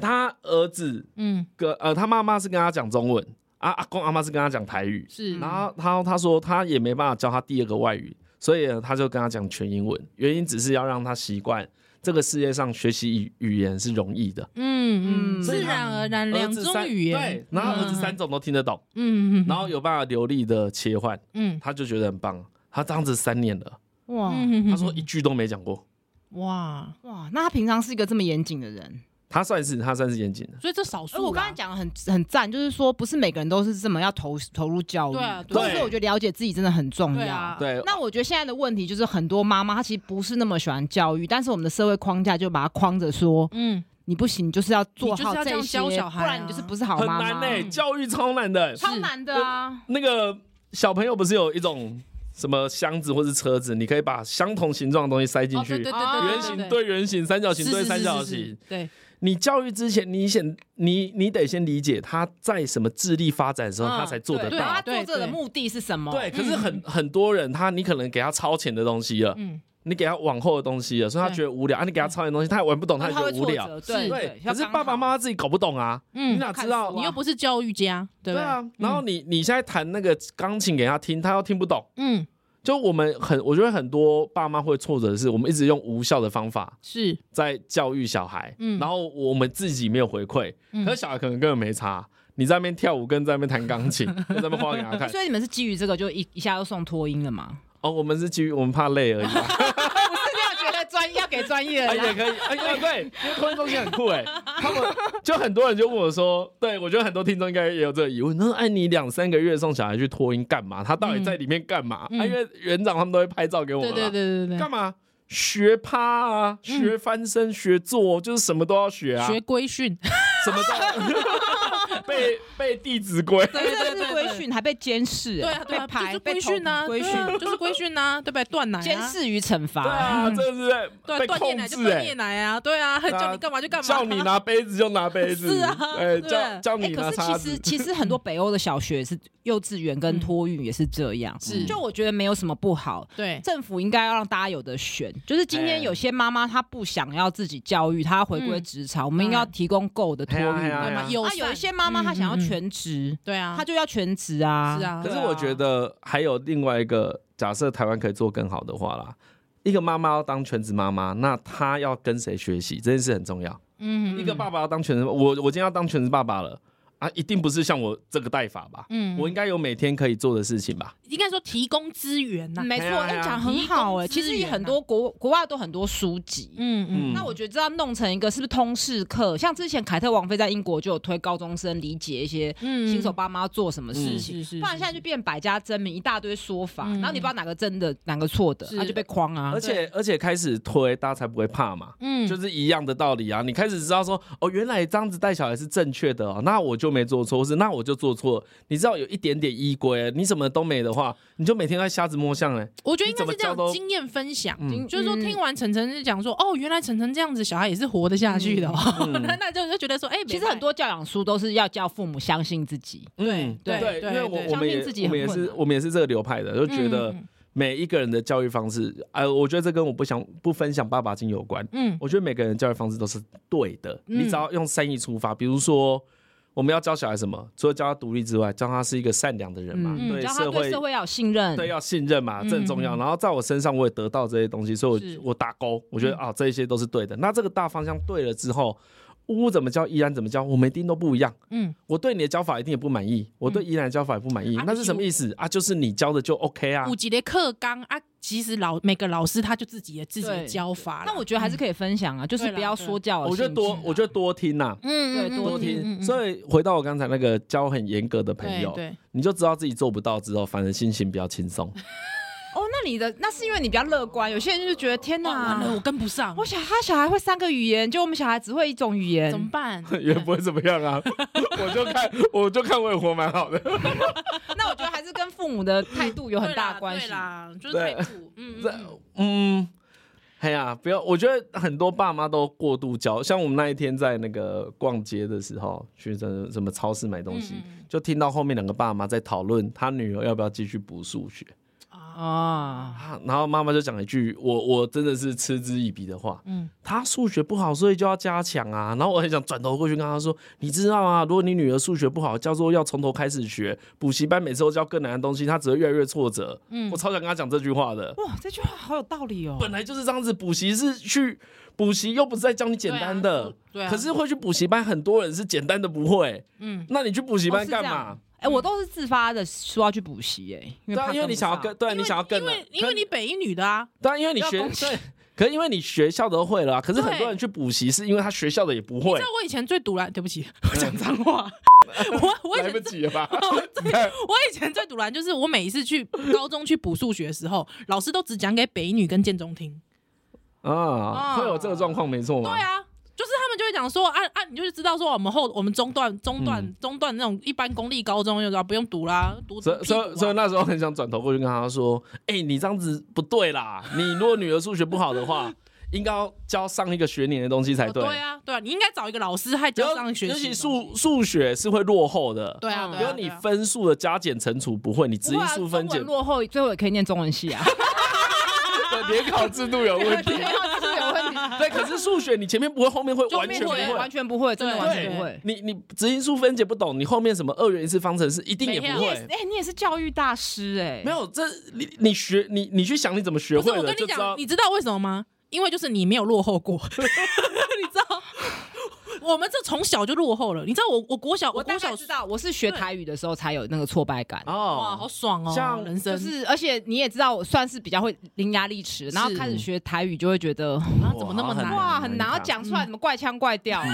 Speaker 3: 他儿子
Speaker 2: 嗯
Speaker 3: 跟呃，他妈妈是跟他讲中文，啊，阿公阿妈是跟他讲台语，
Speaker 2: 是，
Speaker 3: 然后他他说他也没办法教他第二个外语，所以呢他就跟他讲全英文，原因只是要让他习惯这个世界上学习语语言是容易的，
Speaker 2: 嗯嗯，
Speaker 1: 所
Speaker 2: 自
Speaker 1: 以
Speaker 3: 他
Speaker 2: 然而然
Speaker 3: 儿
Speaker 2: 两
Speaker 3: 子
Speaker 2: 种
Speaker 3: 三
Speaker 2: 语言
Speaker 3: 对，，然后儿子
Speaker 2: 嗯
Speaker 3: 三种都听得懂，
Speaker 2: 嗯嗯，
Speaker 3: 然后有办法流利的切换，
Speaker 2: 嗯
Speaker 3: 他就觉得很棒，他这样子三年了。
Speaker 1: 哇
Speaker 2: 嗯，
Speaker 3: 他说一句都没讲过。
Speaker 2: 哇，
Speaker 1: 哇，那他平常是一个这么严谨的人。
Speaker 2: 嗯
Speaker 3: 他算是他算是严谨的，
Speaker 2: 所以这少数
Speaker 1: 而
Speaker 2: 啦，
Speaker 1: 我刚才讲的很很赞，就是说不是每个人都是这么要投投入教育，
Speaker 2: 对啊
Speaker 3: 对啊
Speaker 1: 所以我觉得了解自己真的很重
Speaker 2: 对
Speaker 1: 要
Speaker 2: 啊，。
Speaker 3: 对，
Speaker 1: 那我觉得现在的问题就是，很多妈妈她其实不是那么喜欢教育，但是我们的社会框架就把她框着说，
Speaker 2: 嗯，
Speaker 1: 你不行，你就是要做
Speaker 2: 你就是
Speaker 1: 好
Speaker 2: 要这样
Speaker 1: 这些，
Speaker 2: 教小孩啊
Speaker 1: 不然你就是不是好
Speaker 3: 很
Speaker 1: 妈
Speaker 3: 难欸
Speaker 1: 妈。
Speaker 3: 呢、教育超难的、
Speaker 1: 超难的啊！
Speaker 3: 那个小朋友不是有一种什么箱子或是车子，你可以把相同形状的东西塞进
Speaker 2: 哦对
Speaker 3: 去，
Speaker 2: 对对
Speaker 1: 啊
Speaker 2: 对，
Speaker 3: 圆形对圆形，三角形对三角
Speaker 2: 是是是是
Speaker 3: 形。
Speaker 2: 是对，
Speaker 3: 你教育之前，你先你你得先理解他在什么智力发展的时候，
Speaker 2: 嗯
Speaker 3: 他才做得
Speaker 1: 对，
Speaker 3: 到
Speaker 1: 他。
Speaker 2: 对
Speaker 1: 做这个的
Speaker 2: 对
Speaker 1: 目的是什么？
Speaker 3: 对，可是很很多人，他你可能给他超前的东西了，
Speaker 2: 嗯，
Speaker 3: 你给他往后的东西了，所以他
Speaker 2: 对
Speaker 3: 觉得无聊啊。你给他超前的东西，他也玩不懂，
Speaker 1: 那
Speaker 3: 也
Speaker 1: 他
Speaker 3: 觉
Speaker 1: 会
Speaker 3: 得无
Speaker 2: 哦
Speaker 1: 挫
Speaker 3: 聊。
Speaker 1: 折，对
Speaker 2: 是
Speaker 3: 对，
Speaker 1: 要
Speaker 3: 可是
Speaker 1: 刚
Speaker 3: 爸爸
Speaker 1: 好
Speaker 3: 妈妈自己搞不懂啊，
Speaker 2: 嗯
Speaker 3: 你哪知道
Speaker 1: 看书
Speaker 2: 你又不是教育家，对不
Speaker 3: 对
Speaker 2: 对？
Speaker 3: 啊，然
Speaker 2: 嗯
Speaker 3: 后你你现在弹那个钢琴给他听，他又听不懂。
Speaker 2: 嗯，
Speaker 3: 就我们很，我觉得很多爸妈会挫折的是，我们一直用无效的方法
Speaker 2: 是，
Speaker 3: 在教育小孩，
Speaker 2: 嗯
Speaker 3: 然后我们自己没有回 馈，
Speaker 2: 嗯
Speaker 3: 可是小孩可能根本没差。你在那边跳舞，跟在那边弹 钢琴，跟在那边画给他看。
Speaker 1: 所以你们是基于这个就一一下就送托音了吗？
Speaker 3: 哦，我们是基于我们怕累而已、啊，
Speaker 1: 不是要觉得专业要给专业
Speaker 3: 哎也可以，哎呀对，因为托运中心很酷 哎，他们就很多人就问我说，对我觉得很多听众应该也有这个疑问，那哎你两三个月送小孩去托音干嘛？他到底在里面干嘛？
Speaker 2: 嗯
Speaker 3: 啊因为园长他们都会拍照给我 们
Speaker 2: 对
Speaker 3: 嘛，
Speaker 2: 对对对嗯对
Speaker 3: 干嘛？学趴啊，学翻身，学坐，就是什么都要学
Speaker 2: 对，
Speaker 3: 啊，
Speaker 2: 学规训，
Speaker 3: 什么都要背背《弟子规》，
Speaker 1: 对对对
Speaker 2: 对
Speaker 1: 规训，还被监视，
Speaker 2: 对啊，对
Speaker 1: 被
Speaker 2: 啊，就
Speaker 1: 排
Speaker 2: 是规训
Speaker 1: 呢，
Speaker 2: 呐，
Speaker 1: 被
Speaker 2: 对
Speaker 1: 投
Speaker 2: 啊
Speaker 1: 规训，
Speaker 2: 就是规训呐，对不对？断奶
Speaker 1: 监
Speaker 2: 啊，
Speaker 1: 视与惩罚。
Speaker 3: 对啊，这是在
Speaker 2: 对啊，
Speaker 3: 被
Speaker 2: 断夜
Speaker 3: 控
Speaker 2: 奶就
Speaker 3: 制
Speaker 2: 断
Speaker 3: 哎
Speaker 2: 夜、奶啊，对啊，叫你干嘛就干嘛，
Speaker 3: 叫你拿杯子就拿杯子，
Speaker 2: 是啊
Speaker 3: 哎，
Speaker 2: 对
Speaker 3: 叫叫
Speaker 1: 哎
Speaker 3: 你拿
Speaker 1: 可是
Speaker 3: 叉
Speaker 1: 其
Speaker 3: 子
Speaker 1: 实，其实很多北欧的小学也是幼稚园跟托育也是这样，
Speaker 2: 嗯是
Speaker 1: 就我觉得没有什么不好，
Speaker 2: 对，
Speaker 1: 政府应该要让大家有的选，就是今
Speaker 3: 哎
Speaker 1: 天有些妈妈她不想要自己教育，她要回归
Speaker 2: 嗯
Speaker 1: 职场，我们应该
Speaker 2: 当
Speaker 1: 要
Speaker 2: 然
Speaker 1: 提供够的托育。
Speaker 3: 哎呀哎呀
Speaker 1: 啊，
Speaker 2: 干嘛
Speaker 3: 对啊
Speaker 2: 友善
Speaker 1: 有一些妈妈她想要，
Speaker 2: 嗯嗯嗯
Speaker 1: 全职，
Speaker 2: 对啊，
Speaker 1: 她就要全职啊。
Speaker 2: 是，啊
Speaker 3: 可，是我觉得还有另外一个假设，台湾可以做更好的话啦。一个妈妈要当全职妈妈，那她要跟谁学习这件事很重要。
Speaker 2: 嗯
Speaker 3: 一个，爸爸要当全职，我我今天要当全职爸爸了啊，一定不是像我这个带法吧？
Speaker 2: 嗯
Speaker 3: 我应该有每天可以做的事情吧？
Speaker 2: 应该说提供资源呐，
Speaker 1: 没错，
Speaker 3: 哎呀哎
Speaker 1: 哎
Speaker 3: 呀
Speaker 1: 讲很好哎、
Speaker 2: 提
Speaker 1: 其
Speaker 2: 供资源啊
Speaker 1: 实有很多国国外都很多书籍。
Speaker 2: 嗯嗯，
Speaker 1: 那我觉得这要弄成一个是不是通识课？像之前凯特王妃在英国就有推高中生理解一些
Speaker 2: 嗯
Speaker 1: 新手爸妈要做什么事
Speaker 2: 是
Speaker 1: 情，
Speaker 2: 是是，
Speaker 1: 不然现在就变百家争鸣，一大堆说法，
Speaker 2: 嗯
Speaker 1: 然后你不知道哪个真的哪个错的，
Speaker 2: 是
Speaker 1: 那就被框啊
Speaker 3: 而。且而且开始推，大家才不会怕嘛。
Speaker 2: 嗯
Speaker 3: 就是一样的道理啊，你开始知道说，哦，原来这样子带小孩是正确的哦，那我就没做错，或是那我就做错了。你知道有一点点依规，你什么都没的话，你就每天在瞎子摸象嘞。
Speaker 2: 我觉得应该
Speaker 3: 你
Speaker 2: 是
Speaker 3: 怎么
Speaker 2: 这
Speaker 3: 教
Speaker 2: 样
Speaker 3: 都
Speaker 2: 经验分享，
Speaker 3: 嗯
Speaker 2: 就是说
Speaker 1: 嗯
Speaker 2: 听完晨晨就讲说，哦，原来晨晨这样子，小孩也是活得下去的、哦，
Speaker 3: 嗯
Speaker 2: 那那就就觉得说，哎、
Speaker 1: 其实很多教养书都是要叫父母相信自己，
Speaker 3: 嗯，
Speaker 1: 对
Speaker 3: 对，
Speaker 2: 对
Speaker 3: 因为我
Speaker 2: 对
Speaker 3: 我们
Speaker 1: 相
Speaker 3: 也
Speaker 1: 信自己
Speaker 3: 我
Speaker 1: 很
Speaker 3: 们也
Speaker 1: 困
Speaker 3: 是
Speaker 1: 难
Speaker 3: 我们也是这个流派的，就
Speaker 2: 嗯
Speaker 3: 觉得每一个人的教育方式，哎、我觉得这跟我不想不分享爸爸经有关。
Speaker 2: 嗯，
Speaker 3: 我觉得每个人的教育方式都是对的，
Speaker 2: 嗯
Speaker 3: 你只要用善意出发，比如说。我们要教小孩什么？除了教他独立之外，教他是一个善良的人嘛，
Speaker 1: 嗯，
Speaker 3: 对
Speaker 1: 让他
Speaker 3: 社
Speaker 1: 对
Speaker 3: 会
Speaker 1: 社会要有信任，
Speaker 3: 对，要信任嘛，
Speaker 2: 嗯
Speaker 3: 这很重要。然后在我身上我也得到这些东西，所以
Speaker 2: 是
Speaker 3: 我我打勾，我觉得
Speaker 2: 嗯
Speaker 3: 啊，这一些都是对的。那这个大方向对了之后，乌怎么教，依然怎么教，我们一定都不一样。
Speaker 2: 嗯，
Speaker 3: 我对你的教法一定也不满意，我对依然的教法也不满意，
Speaker 2: 啊
Speaker 3: 那是什么意思啊？就是你教的就 OK 啊
Speaker 2: 五，级的课纲啊，其实老每个老师他就自己的自己的
Speaker 1: 对
Speaker 2: 教法啦，
Speaker 1: 但我觉得还是可以分享啊，就是
Speaker 2: 对啦
Speaker 1: 不要
Speaker 2: 对
Speaker 1: 说教的
Speaker 3: 我觉得
Speaker 1: 性
Speaker 3: 多
Speaker 1: 质，
Speaker 3: 我觉得多听呐、
Speaker 2: 嗯嗯，嗯
Speaker 3: 啊
Speaker 1: 对
Speaker 2: 嗯
Speaker 1: 多
Speaker 3: 多听。
Speaker 2: 嗯嗯嗯
Speaker 3: 所以回到我刚才那个教很严格的朋友，
Speaker 2: 对
Speaker 3: 你就知道自己做不到之后，反而心情比较 轻松。
Speaker 1: 哦，那你的那是因为你比较乐观，有些人就觉得天
Speaker 2: 对，哇，完了，我
Speaker 1: 哪，
Speaker 2: 跟不上，
Speaker 1: 我小他小孩会三个语言，就我们小孩只会一种语言
Speaker 2: 怎，么办？
Speaker 3: 也不 会怎么 样啊，我就看，我就看我也活蛮好的。
Speaker 1: 那我觉得还是跟父母的态度有很大的关系
Speaker 2: 对。啦，对啦就是态度， 嗯，
Speaker 3: 这
Speaker 2: 嗯嗯
Speaker 3: 嗯，哎呀，不要，我觉得很多爸妈都过度教，像我们那一天在那个逛街的时候，去什么什么超市买东西，
Speaker 2: 嗯嗯
Speaker 3: 就听到后面两个爸妈在讨论他女儿要不要继续补数学
Speaker 2: 啊，
Speaker 1: 啊，
Speaker 3: 啊，然后妈妈就讲了一句我我真的是嗤之以鼻的话，
Speaker 2: 嗯，
Speaker 3: 他数学不好，所以就要加强啊。然后我很想转头过去跟他说：“你知道啊，如果你女儿数学不好，叫做要从头开始学，补习班每次都教更难的东西，她只会越来越挫折。”嗯，我超想跟他讲这句话的。
Speaker 1: 哇，这句话好有道理哦。
Speaker 3: 本来就是这样子，补习是去补习，又不是在教你简单的。
Speaker 2: 对啊对啊
Speaker 3: 可是会去补习班，很多人是简单的不会。
Speaker 2: 嗯
Speaker 3: 嗯，那你去补习
Speaker 1: 哦
Speaker 3: 班
Speaker 1: 是
Speaker 3: 干
Speaker 1: 这
Speaker 3: 嘛嗯
Speaker 1: 样？哎，我都是自发的说要去补习，哎，因为
Speaker 3: 对啊，
Speaker 1: 怕
Speaker 3: 因为
Speaker 1: 跟
Speaker 3: 你
Speaker 1: 不
Speaker 3: 想要
Speaker 1: 上
Speaker 3: 跟，对啊，你想要跟
Speaker 2: 因
Speaker 3: 的，
Speaker 2: 为因为你北一女的 啊，
Speaker 3: 对啊，因为你
Speaker 1: 要
Speaker 3: 学
Speaker 1: 攻 击
Speaker 3: 对，可是因为你学校的会了啊。可是很
Speaker 2: 对
Speaker 3: 多人去补习，是因为他学校的也不
Speaker 2: 你
Speaker 3: 会
Speaker 2: 知道，我以前最堵拦，对不 起，我讲脏话。我我以
Speaker 3: 来不
Speaker 2: 前
Speaker 3: 及 了吧？
Speaker 2: 哦 我以前最堵拦就是我每一次去高中去补数学的时候，老师都只讲给北女跟建中
Speaker 3: 嗯
Speaker 2: 听。
Speaker 3: 啊，会有这个状况没错
Speaker 2: 对
Speaker 3: 嘛？
Speaker 2: 啊，就是他们就会讲说，啊啊，你就是知道说我们后我们中段中段、中段那种一般公立高中就知道不用读啦，读
Speaker 3: 嗯所以所以
Speaker 2: 啊
Speaker 3: 所以那时候很想转头过去跟他说：“哎、你这样子不对啦！你如果女儿数学不好的话，应该要教上一个学年的东西才
Speaker 2: 哦对啊对啊，你应该找一个老师还
Speaker 3: 只要
Speaker 2: 教上学
Speaker 3: 尤
Speaker 2: 习
Speaker 3: 其
Speaker 2: 的
Speaker 3: 数数学是会落后的，
Speaker 2: 对啊，
Speaker 1: 嗯
Speaker 2: 对啊
Speaker 3: 比
Speaker 2: 对
Speaker 3: 如
Speaker 2: 啊
Speaker 3: 你分数的加减乘除不会，你直
Speaker 1: 不会
Speaker 3: 一
Speaker 1: 啊
Speaker 3: 数分
Speaker 1: 中
Speaker 3: 解
Speaker 1: 文，落后，最后也可以念中文系 啊。
Speaker 3: 对联考制度有问 题。
Speaker 1: 是有问题，
Speaker 3: 对，可是数学你前面不会，后面会
Speaker 2: 后
Speaker 3: 完
Speaker 2: 面
Speaker 3: 全不
Speaker 2: 会
Speaker 1: 完
Speaker 3: 会。
Speaker 1: 全不会，真的
Speaker 2: 对
Speaker 1: 完全不会
Speaker 3: 对。，你你直因数分解不懂，你后面什么二元一次方程式一定也不
Speaker 2: 没有
Speaker 1: 你
Speaker 3: 会
Speaker 1: 也是，。哎，你也是教育大师哎，
Speaker 3: 没有，这你你学你你去想你怎么学
Speaker 2: 不是
Speaker 3: 会
Speaker 2: 我
Speaker 3: 的，
Speaker 2: 跟
Speaker 3: 就
Speaker 2: 你
Speaker 3: 知道
Speaker 2: 讲，你知道为什么吗？因为就是你没有落后 过， 你知道，我们这从小就落后了。你知道我我国小
Speaker 1: 我
Speaker 2: 国
Speaker 1: 大
Speaker 2: 小
Speaker 1: 概知道，我是学台语的时候才有那个挫败感。
Speaker 2: 哇，
Speaker 3: 哦
Speaker 2: 好，爽哦，
Speaker 3: 像
Speaker 2: 人生
Speaker 1: 就是，而且你也知道，我算是比较会伶牙俐齿，然后开始学台语就会觉得
Speaker 2: 啊，怎么那么
Speaker 3: 哇
Speaker 2: 难？
Speaker 1: 哇
Speaker 3: 哇
Speaker 1: 很难，然后啊嗯讲出来怎么怪腔怪调。啊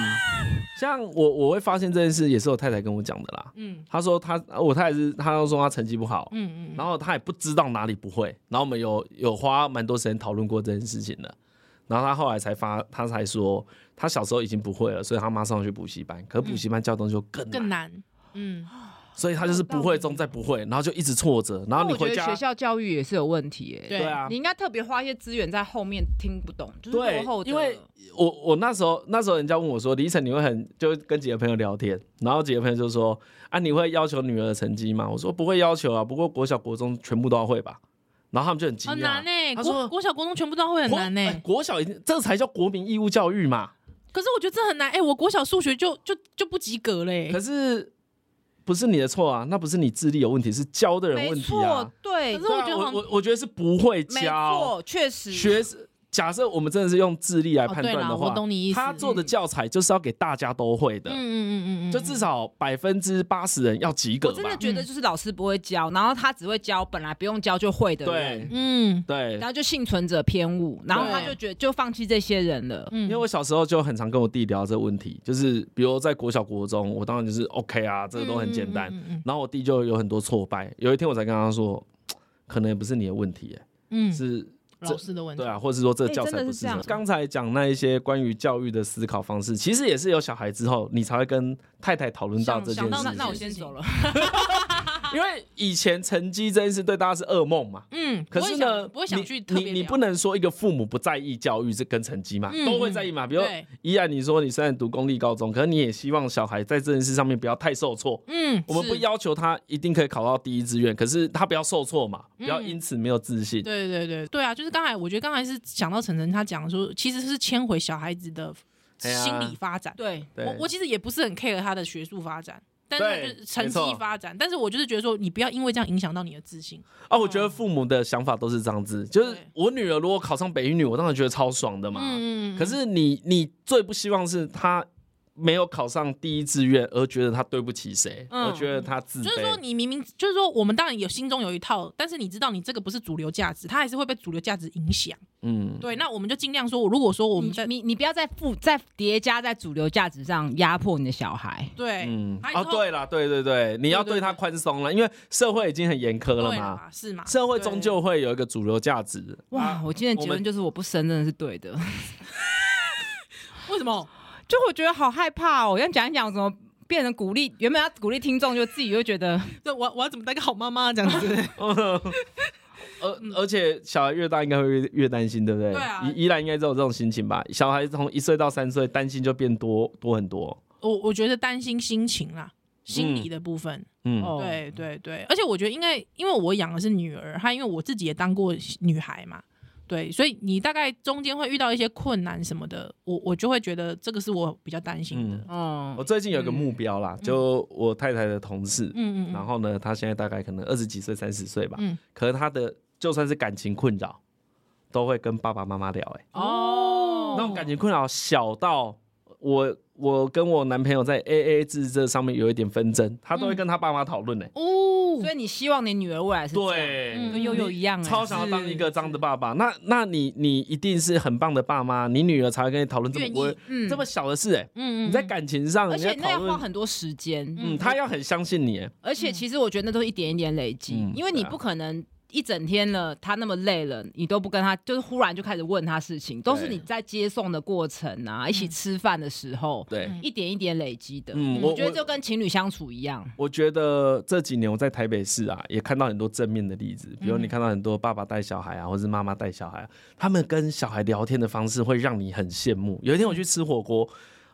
Speaker 3: 像我我会发现这件事也是我太太跟我讲的啦。
Speaker 2: 嗯
Speaker 3: 她说她我太太是她都说她成绩不好，
Speaker 2: 嗯嗯，
Speaker 3: 然后她也不知道哪里不会，然后我们有有花蛮多时间讨论过这件事情的。然后她后来才发，她才说她小时候已经不会了，所以她妈上去补习班，可是补习班教的东西就更
Speaker 2: 更
Speaker 3: 难。
Speaker 2: 难。嗯，
Speaker 3: 所以他就是不会中再不会，然后就一直挫折，然
Speaker 1: 那
Speaker 3: 后你
Speaker 1: 我觉
Speaker 3: 回
Speaker 1: 得
Speaker 3: 家
Speaker 1: 学校教育也是有问题耶、
Speaker 2: 对
Speaker 3: 对啊
Speaker 1: 你，应该特别花一些资源在后面听不懂，就是
Speaker 3: 对
Speaker 1: 落后的。
Speaker 3: 因为我我那时候那时候人家问我说，李晨你会很就跟几个朋友聊天，然后几个朋友就说啊你会要求女儿的成绩吗？我说不会要求啊，不过国小国中全部都要会吧。然后他们就很惊
Speaker 2: 很
Speaker 3: 讶
Speaker 2: 哦难，呢。
Speaker 3: 他
Speaker 2: 国
Speaker 3: 说
Speaker 2: 国小国中全部都会很
Speaker 3: 国
Speaker 2: 难呢。欸
Speaker 3: 哎国小已经这才叫国民义务教育嘛。
Speaker 2: 可是我觉得这很难哎，我国小数学就就就不及格欸嘞
Speaker 3: 可。是不是你的错啊，那不是你智力有问题，是教的人
Speaker 1: 没
Speaker 3: 问题
Speaker 1: 错
Speaker 3: 啊。，
Speaker 1: 对
Speaker 2: 可是，
Speaker 3: 对啊
Speaker 2: 我觉得好
Speaker 3: 我
Speaker 2: 像
Speaker 3: 我我觉得是不会
Speaker 1: 没
Speaker 3: 啊教
Speaker 1: 错，确实
Speaker 3: 学生。假设我们真的是用智力来
Speaker 2: 哦
Speaker 3: 判
Speaker 2: 对
Speaker 3: 断
Speaker 2: 啦，
Speaker 3: 的
Speaker 2: 我
Speaker 3: 话，
Speaker 2: 懂你意思。
Speaker 3: 他做的教材就是要给大家都会
Speaker 2: 嗯
Speaker 3: 的，
Speaker 2: 嗯嗯嗯嗯，
Speaker 3: 就至少百分之八十人要及格
Speaker 1: 我真的
Speaker 3: 吧。
Speaker 1: 觉得就是老师不会教，然后他只会教本来不用教就会的人
Speaker 3: 对，
Speaker 2: 嗯
Speaker 3: 对
Speaker 1: 然，后就幸存者偏误，然后他就觉得就放弃这些人了。
Speaker 2: 嗯，
Speaker 3: 因为我小时候就很常跟我弟聊这个问题，就是比如在国小国中，我当然就是 OK 啊，这个都很简单。
Speaker 2: 嗯嗯
Speaker 3: 然后我弟就有很多挫败，有一天我才跟他说，可能也不是你的问题、欸，
Speaker 2: 嗯，嗯
Speaker 3: 是
Speaker 2: 老师的问题
Speaker 3: 对。啊，或者是说这个
Speaker 1: 哎
Speaker 3: 教
Speaker 1: 真
Speaker 3: 材
Speaker 1: 的
Speaker 3: 不
Speaker 1: 是
Speaker 3: 适
Speaker 1: 这
Speaker 3: 合
Speaker 1: 样。
Speaker 3: 刚才讲那一些关于教育的思考方式，其实也是有小孩之后，你才会跟太太讨论到
Speaker 2: 想
Speaker 3: 这件
Speaker 2: 想
Speaker 3: 事
Speaker 2: 到
Speaker 1: 那那我
Speaker 3: 情。
Speaker 1: 先走了。
Speaker 3: 因为以前成绩这件事对大家是噩梦嘛，
Speaker 2: 嗯，
Speaker 3: 可
Speaker 2: 不会
Speaker 3: 是
Speaker 2: 想
Speaker 3: 呢，
Speaker 2: 不会想去特
Speaker 3: 你
Speaker 2: 别
Speaker 3: 你
Speaker 2: 聊
Speaker 3: 你不能说一个父母不在意教育这跟成绩嘛，
Speaker 2: 嗯
Speaker 3: 都会在意嘛。比如
Speaker 2: 对，
Speaker 3: 依然你说你虽然读公立高中，可是你也希望小孩在这件事上面不要太受挫。
Speaker 2: 嗯，
Speaker 3: 我们不
Speaker 2: 是，
Speaker 3: 要求他一定可以考到第一志愿，可是他不要受挫嘛，不要
Speaker 2: 嗯
Speaker 3: 因此没有自信。
Speaker 2: 对对对对啊，就是刚才我觉得刚才是想到晨晨他讲说，其实是牵回小孩子的
Speaker 3: 哎呀
Speaker 2: 心理发展。
Speaker 1: 对，
Speaker 3: 对
Speaker 2: 我我其实也不是很 care 他的学术发展，但是他
Speaker 3: 对
Speaker 2: 就是成
Speaker 3: 没
Speaker 2: 绩
Speaker 3: 错
Speaker 2: 发展，但是我就是觉得说，你不要因为这样影响到你的自信。
Speaker 3: 啊，我觉得父母的想法都是这样子，就是
Speaker 2: 嗯对
Speaker 3: 我女儿如果考上北一女，我当然觉得超爽的嘛。
Speaker 2: 嗯嗯嗯，
Speaker 3: 可是你你最不希望是她没有考上第一志愿，而觉得她对不起谁，
Speaker 1: 嗯
Speaker 3: 而觉得她自
Speaker 2: 就是说，
Speaker 3: 卑。
Speaker 2: 你明明就是说，我们当然有心中有一套，但是你知道，你这个不是主流价值，它还是会被主流价值影响。
Speaker 3: 嗯，
Speaker 2: 对，那我们就尽量说，我如果说我们
Speaker 1: 你
Speaker 2: 在
Speaker 1: 你你不要再附再叠加在主流价值上压迫你的小孩。
Speaker 2: 对，
Speaker 3: 嗯，
Speaker 2: 他以
Speaker 3: 啊，
Speaker 2: 后
Speaker 3: 对啦，对对对，你要
Speaker 2: 对对
Speaker 3: 对她
Speaker 2: 对
Speaker 3: 宽松了，因为社会已经很严苛了
Speaker 2: 对啊
Speaker 3: 嘛，
Speaker 2: 啦，是嘛？
Speaker 3: 社会
Speaker 2: 对
Speaker 3: 终究会有一个主流价值。
Speaker 1: 哇，我今天的结
Speaker 3: 啊我
Speaker 1: 论
Speaker 3: 们
Speaker 1: 就是我不生真的是对的，
Speaker 2: 为什么？
Speaker 1: 就我觉得好害怕哦。我要讲一讲怎么变成鼓励，原本要鼓励听众，就自己就觉得
Speaker 2: 对，我我要怎么当个好妈妈这样子？
Speaker 3: 而而且小孩越大，应该会越越担心，对不对？
Speaker 2: 嗯对啊
Speaker 3: 依依然应该都有这种心情吧？小孩从一岁到三岁，担心就变多多很多。
Speaker 2: 我我觉得担心心情啦，心理的部分。
Speaker 3: 嗯，
Speaker 1: 哦，
Speaker 2: 对对对，而且我觉得应该，因为我养的是女儿，她因为我自己也当过女孩嘛，对，所以你大概中间会遇到一些困难什么的，我我就会觉得这个是我比较担心的。嗯
Speaker 3: 嗯
Speaker 1: 嗯
Speaker 3: 我，最近有个目标啦，就我太太的同事，
Speaker 2: 嗯嗯
Speaker 3: 然
Speaker 2: 嗯，
Speaker 3: 后呢，她现在大概可能二十几岁、三十岁吧，
Speaker 2: 嗯
Speaker 3: 可是她的就算是感情困扰，都会跟爸爸妈妈聊、欸，
Speaker 1: 哦
Speaker 3: 那种感情困扰小到我我跟我男朋友在 A A 制这上面有一点纷争，她都会跟她爸妈讨论欸呢。
Speaker 2: 哦，
Speaker 1: 所以你希望你女儿未来是这样，
Speaker 3: 对，
Speaker 2: 嗯
Speaker 1: 跟悠悠一样、欸，
Speaker 3: 超想要当一个这样
Speaker 1: 是
Speaker 3: 的爸爸，那那你你一定是很棒的爸妈，你女儿才会跟你讨论这么
Speaker 2: 愿意
Speaker 3: 我
Speaker 1: 嗯
Speaker 3: 这么小的事哎、欸
Speaker 2: 嗯嗯，
Speaker 3: 你在感情上
Speaker 1: 而
Speaker 3: 你
Speaker 1: 且
Speaker 3: 在
Speaker 1: 那
Speaker 3: 讨
Speaker 1: 要花
Speaker 3: 论，
Speaker 1: 很多时间，
Speaker 3: 嗯，她要很相信你、欸，
Speaker 1: 而且其实我觉得那都是一点一点累积，
Speaker 3: 嗯
Speaker 1: 因为你不可能一整天了，他那么累了，你都不跟他，就是忽然就开始问他事情，都是你在接送的过程啊，一起吃饭的时候，
Speaker 3: 嗯对，
Speaker 2: 嗯
Speaker 1: 一点一点累积的。
Speaker 3: 嗯，
Speaker 1: 我
Speaker 3: 我
Speaker 1: 觉得就跟情侣相处一样，
Speaker 3: 我觉得这几年我在台北市啊，也看到很多正面的例子，比如你看到很多爸爸带小孩啊，或是妈妈带小孩、啊，他们跟小孩聊天的方式会让你很羡慕。有一天我去吃火锅，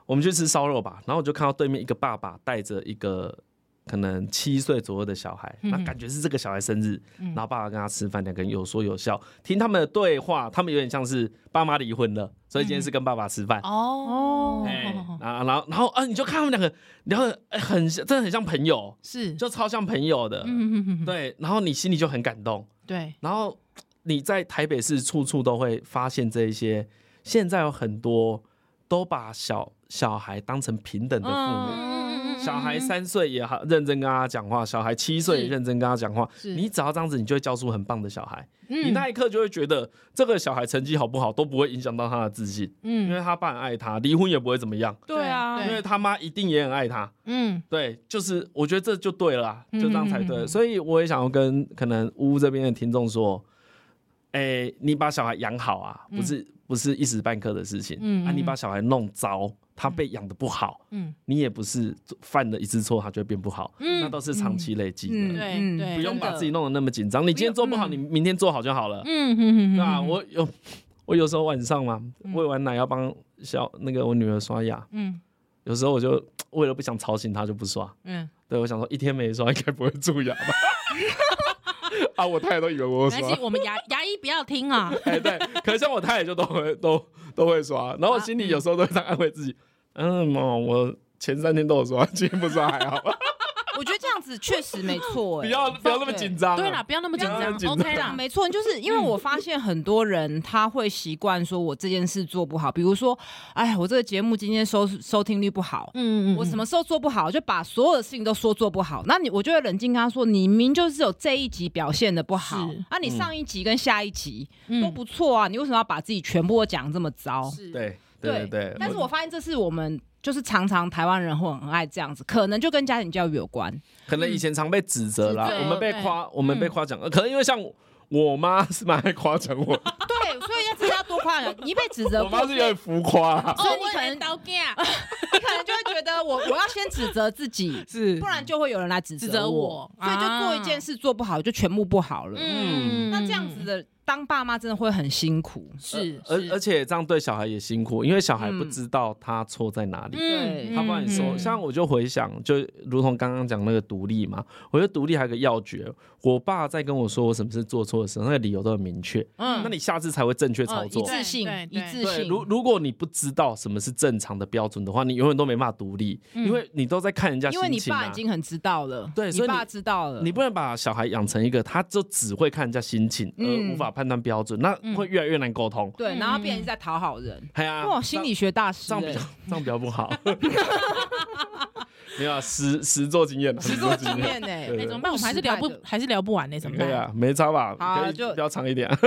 Speaker 3: 我们去吃烧肉吧，然后我就看到对面一个爸爸带着一个可能七岁左右的小孩，
Speaker 2: 嗯
Speaker 3: 那感觉是这个小孩生日，然后爸爸跟他吃饭，两个人有说有笑，听他们的对话，他们有点像是爸妈离婚了，所以今天是跟爸爸吃饭。
Speaker 2: 哦
Speaker 3: 哎，啊，然后然后啊，你就看他们两个聊得哎很像真的很像朋友，哦
Speaker 2: 是，
Speaker 3: 就超像朋友的，
Speaker 2: 嗯嗯嗯，
Speaker 3: 对，然后你心里就很感动，
Speaker 2: 对，
Speaker 3: 然后你在台北市处处都会发现这一些，现在有很多都把小小孩当成平等的父母，
Speaker 2: 嗯嗯嗯
Speaker 3: 小孩三岁也好认真跟他讲话，小孩七岁也认真跟他讲话，
Speaker 2: 是
Speaker 3: 你只要这样子，你就会教出很棒的小孩，你
Speaker 2: 嗯
Speaker 3: 那一刻就会觉得这个小孩成绩好不好都不会影响到他的自信，因
Speaker 2: 嗯
Speaker 3: 为他爸很爱他，离婚也不会怎么样，
Speaker 2: 对啊对
Speaker 3: 因为他妈一定也很爱他，
Speaker 2: 嗯
Speaker 3: 对，就是我觉得这就对了啦，
Speaker 2: 嗯
Speaker 3: 就这样才对。
Speaker 2: 嗯嗯嗯
Speaker 3: 所以我也想要跟可能屋这边的听众说，哎、你把小孩养好啊，不是、不是一时半刻的事情、
Speaker 2: 嗯嗯嗯
Speaker 3: 啊，你把小孩弄糟，他被养的不好，
Speaker 2: 嗯，
Speaker 3: 你也不是犯了一次错，他就会变不好，
Speaker 2: 嗯
Speaker 3: 那都是长期累积的，
Speaker 1: 嗯，
Speaker 2: 对
Speaker 1: 嗯
Speaker 2: 对
Speaker 3: 不用
Speaker 1: 真
Speaker 3: 把
Speaker 1: 的
Speaker 3: 自己弄得那么紧张。你今天做不好，
Speaker 2: 嗯
Speaker 3: 你明天做好就好了。
Speaker 2: 嗯嗯嗯，
Speaker 3: 那啊我有我有时候晚上嘛，喂完奶要帮小那个我女儿刷牙，
Speaker 2: 嗯
Speaker 3: 有时候我就为了不想吵醒她就不刷。
Speaker 2: 嗯，
Speaker 3: 对我想说一天没刷应该不会蛀牙吧？ 啊，我太太都以为我
Speaker 2: 没
Speaker 3: 刷
Speaker 2: 关。系，我们牙牙医不要听啊，
Speaker 3: 哎、对，可是像我太太就都会都都会刷，然后我心里有时候都会这样安慰自己，嗯，哦，我前三天都有刷，今天不刷还好吧？
Speaker 1: 我觉得这样子确实没错、
Speaker 3: 不
Speaker 1: 哎，
Speaker 3: 要不要那么紧张、啊，
Speaker 2: 对啦，，不要那么紧
Speaker 3: 不要那么紧
Speaker 2: 张
Speaker 3: 张
Speaker 2: ，OK
Speaker 1: 啊
Speaker 2: 啦，
Speaker 1: 没错，就是因为我发现很多人他会习惯说我这件事做不好，比如说，哎，我这个节目今天收收听率不好。
Speaker 2: 嗯嗯，
Speaker 1: 我什么时候做不好，就把所有的事情都说做不好。那你，我就会冷静跟他说，你明明就是有这一集表现的不好
Speaker 2: 是，
Speaker 1: 啊，你上一集跟下一集
Speaker 2: 嗯
Speaker 1: 都不错啊，你为什么要把自己全部都讲这么糟？
Speaker 2: 是，
Speaker 3: 对对对对，
Speaker 1: 但是我发现这是我们就是常常台湾人会很爱这样子，可能就跟家庭教育有关。
Speaker 3: 可能以前常被指责啦，
Speaker 2: 嗯
Speaker 3: 我们被夸，我们被夸奖，呃可能因为像我妈是蛮爱夸奖我，
Speaker 1: 对，所以要只要多夸 人，你被指责
Speaker 3: 我
Speaker 1: 过，
Speaker 3: 妈是有点浮夸啦，
Speaker 2: 哦，
Speaker 1: 我
Speaker 2: 我
Speaker 1: 可
Speaker 2: 可
Speaker 1: 能
Speaker 2: 能刀架，
Speaker 1: 你可能就会觉得我我要先指责自己，
Speaker 2: 是
Speaker 1: 不然就会有人来指
Speaker 2: 指责
Speaker 1: 我
Speaker 2: 我，啊
Speaker 1: 所以就做一件事做不好，就全部不好了。
Speaker 2: 嗯，
Speaker 1: 那这样子的当爸妈真的会很辛苦，
Speaker 2: 是，
Speaker 3: 而
Speaker 2: 是
Speaker 3: 而且这样对小孩也辛苦，因为小孩不知道他错在
Speaker 1: 嗯
Speaker 3: 哪里。
Speaker 1: 对
Speaker 3: 嗯他帮你说，
Speaker 2: 嗯
Speaker 3: 像我就回想，就如同刚刚讲那个独立嘛，我觉得独立还有个要诀。我爸在跟我说我什么是做错的时候，那个理由都很明确。
Speaker 1: 嗯哦
Speaker 3: 那你下次才会
Speaker 2: 嗯
Speaker 3: 正确操
Speaker 1: 一
Speaker 3: 作。
Speaker 1: 致性
Speaker 2: 对，
Speaker 1: 一
Speaker 2: 对
Speaker 1: 致
Speaker 3: 对，
Speaker 1: 性。
Speaker 3: 如如果你不知道什么是正常的标准的话，你永远都没办法独立，因为你都在看人家
Speaker 1: 嗯因
Speaker 3: 心
Speaker 1: 为你
Speaker 3: 情
Speaker 1: 爸
Speaker 3: 啊
Speaker 1: 已。经很知道了，
Speaker 3: 对
Speaker 1: 你
Speaker 3: 所以你
Speaker 1: 爸知道了，
Speaker 3: 你不能把小孩养成一个他就只会看人家心情，
Speaker 1: 嗯
Speaker 3: 而无法判断标准，那会越来越难沟通。
Speaker 2: 嗯
Speaker 1: 对，然后变成在讨好人。
Speaker 3: 哎呀，
Speaker 1: 哇，心理学大师
Speaker 3: 这样 比
Speaker 1: 欸
Speaker 3: 较这样比较不好。 没有啊实实作经验啊，实
Speaker 1: 做经验哎，
Speaker 3: 对
Speaker 2: 哎，怎么办？我们还是
Speaker 1: 失败
Speaker 2: 聊不
Speaker 1: 的，
Speaker 2: 还是聊不完呢？怎么
Speaker 3: 可以
Speaker 2: 办？
Speaker 3: 呃啊，没差吧？
Speaker 1: 好啊
Speaker 3: 可以
Speaker 1: 就
Speaker 3: 比较长一点啊。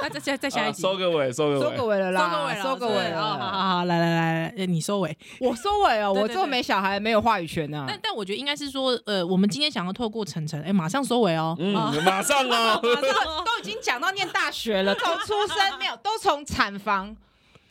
Speaker 2: 那再再再 下一
Speaker 3: 啊
Speaker 2: 集，
Speaker 3: 收个尾，收个
Speaker 1: 收
Speaker 3: 尾。
Speaker 1: 个尾了
Speaker 2: 收个
Speaker 1: 啦
Speaker 2: 尾，了，
Speaker 1: 收个尾
Speaker 2: 哦好
Speaker 1: 了。
Speaker 2: 好好，来来来来，呃你收尾。
Speaker 1: 我收尾哦，
Speaker 2: 对对
Speaker 1: 我
Speaker 2: 对
Speaker 1: 这没小孩没有话语权
Speaker 3: 啊
Speaker 1: 啊呢。
Speaker 2: 但但我觉得应该是说，呃，我们今天想要透过晨晨，哎，马上收尾哦。
Speaker 3: 嗯，马上 哦。
Speaker 1: 都都已经讲到念大学了， 从出生没有，都从产房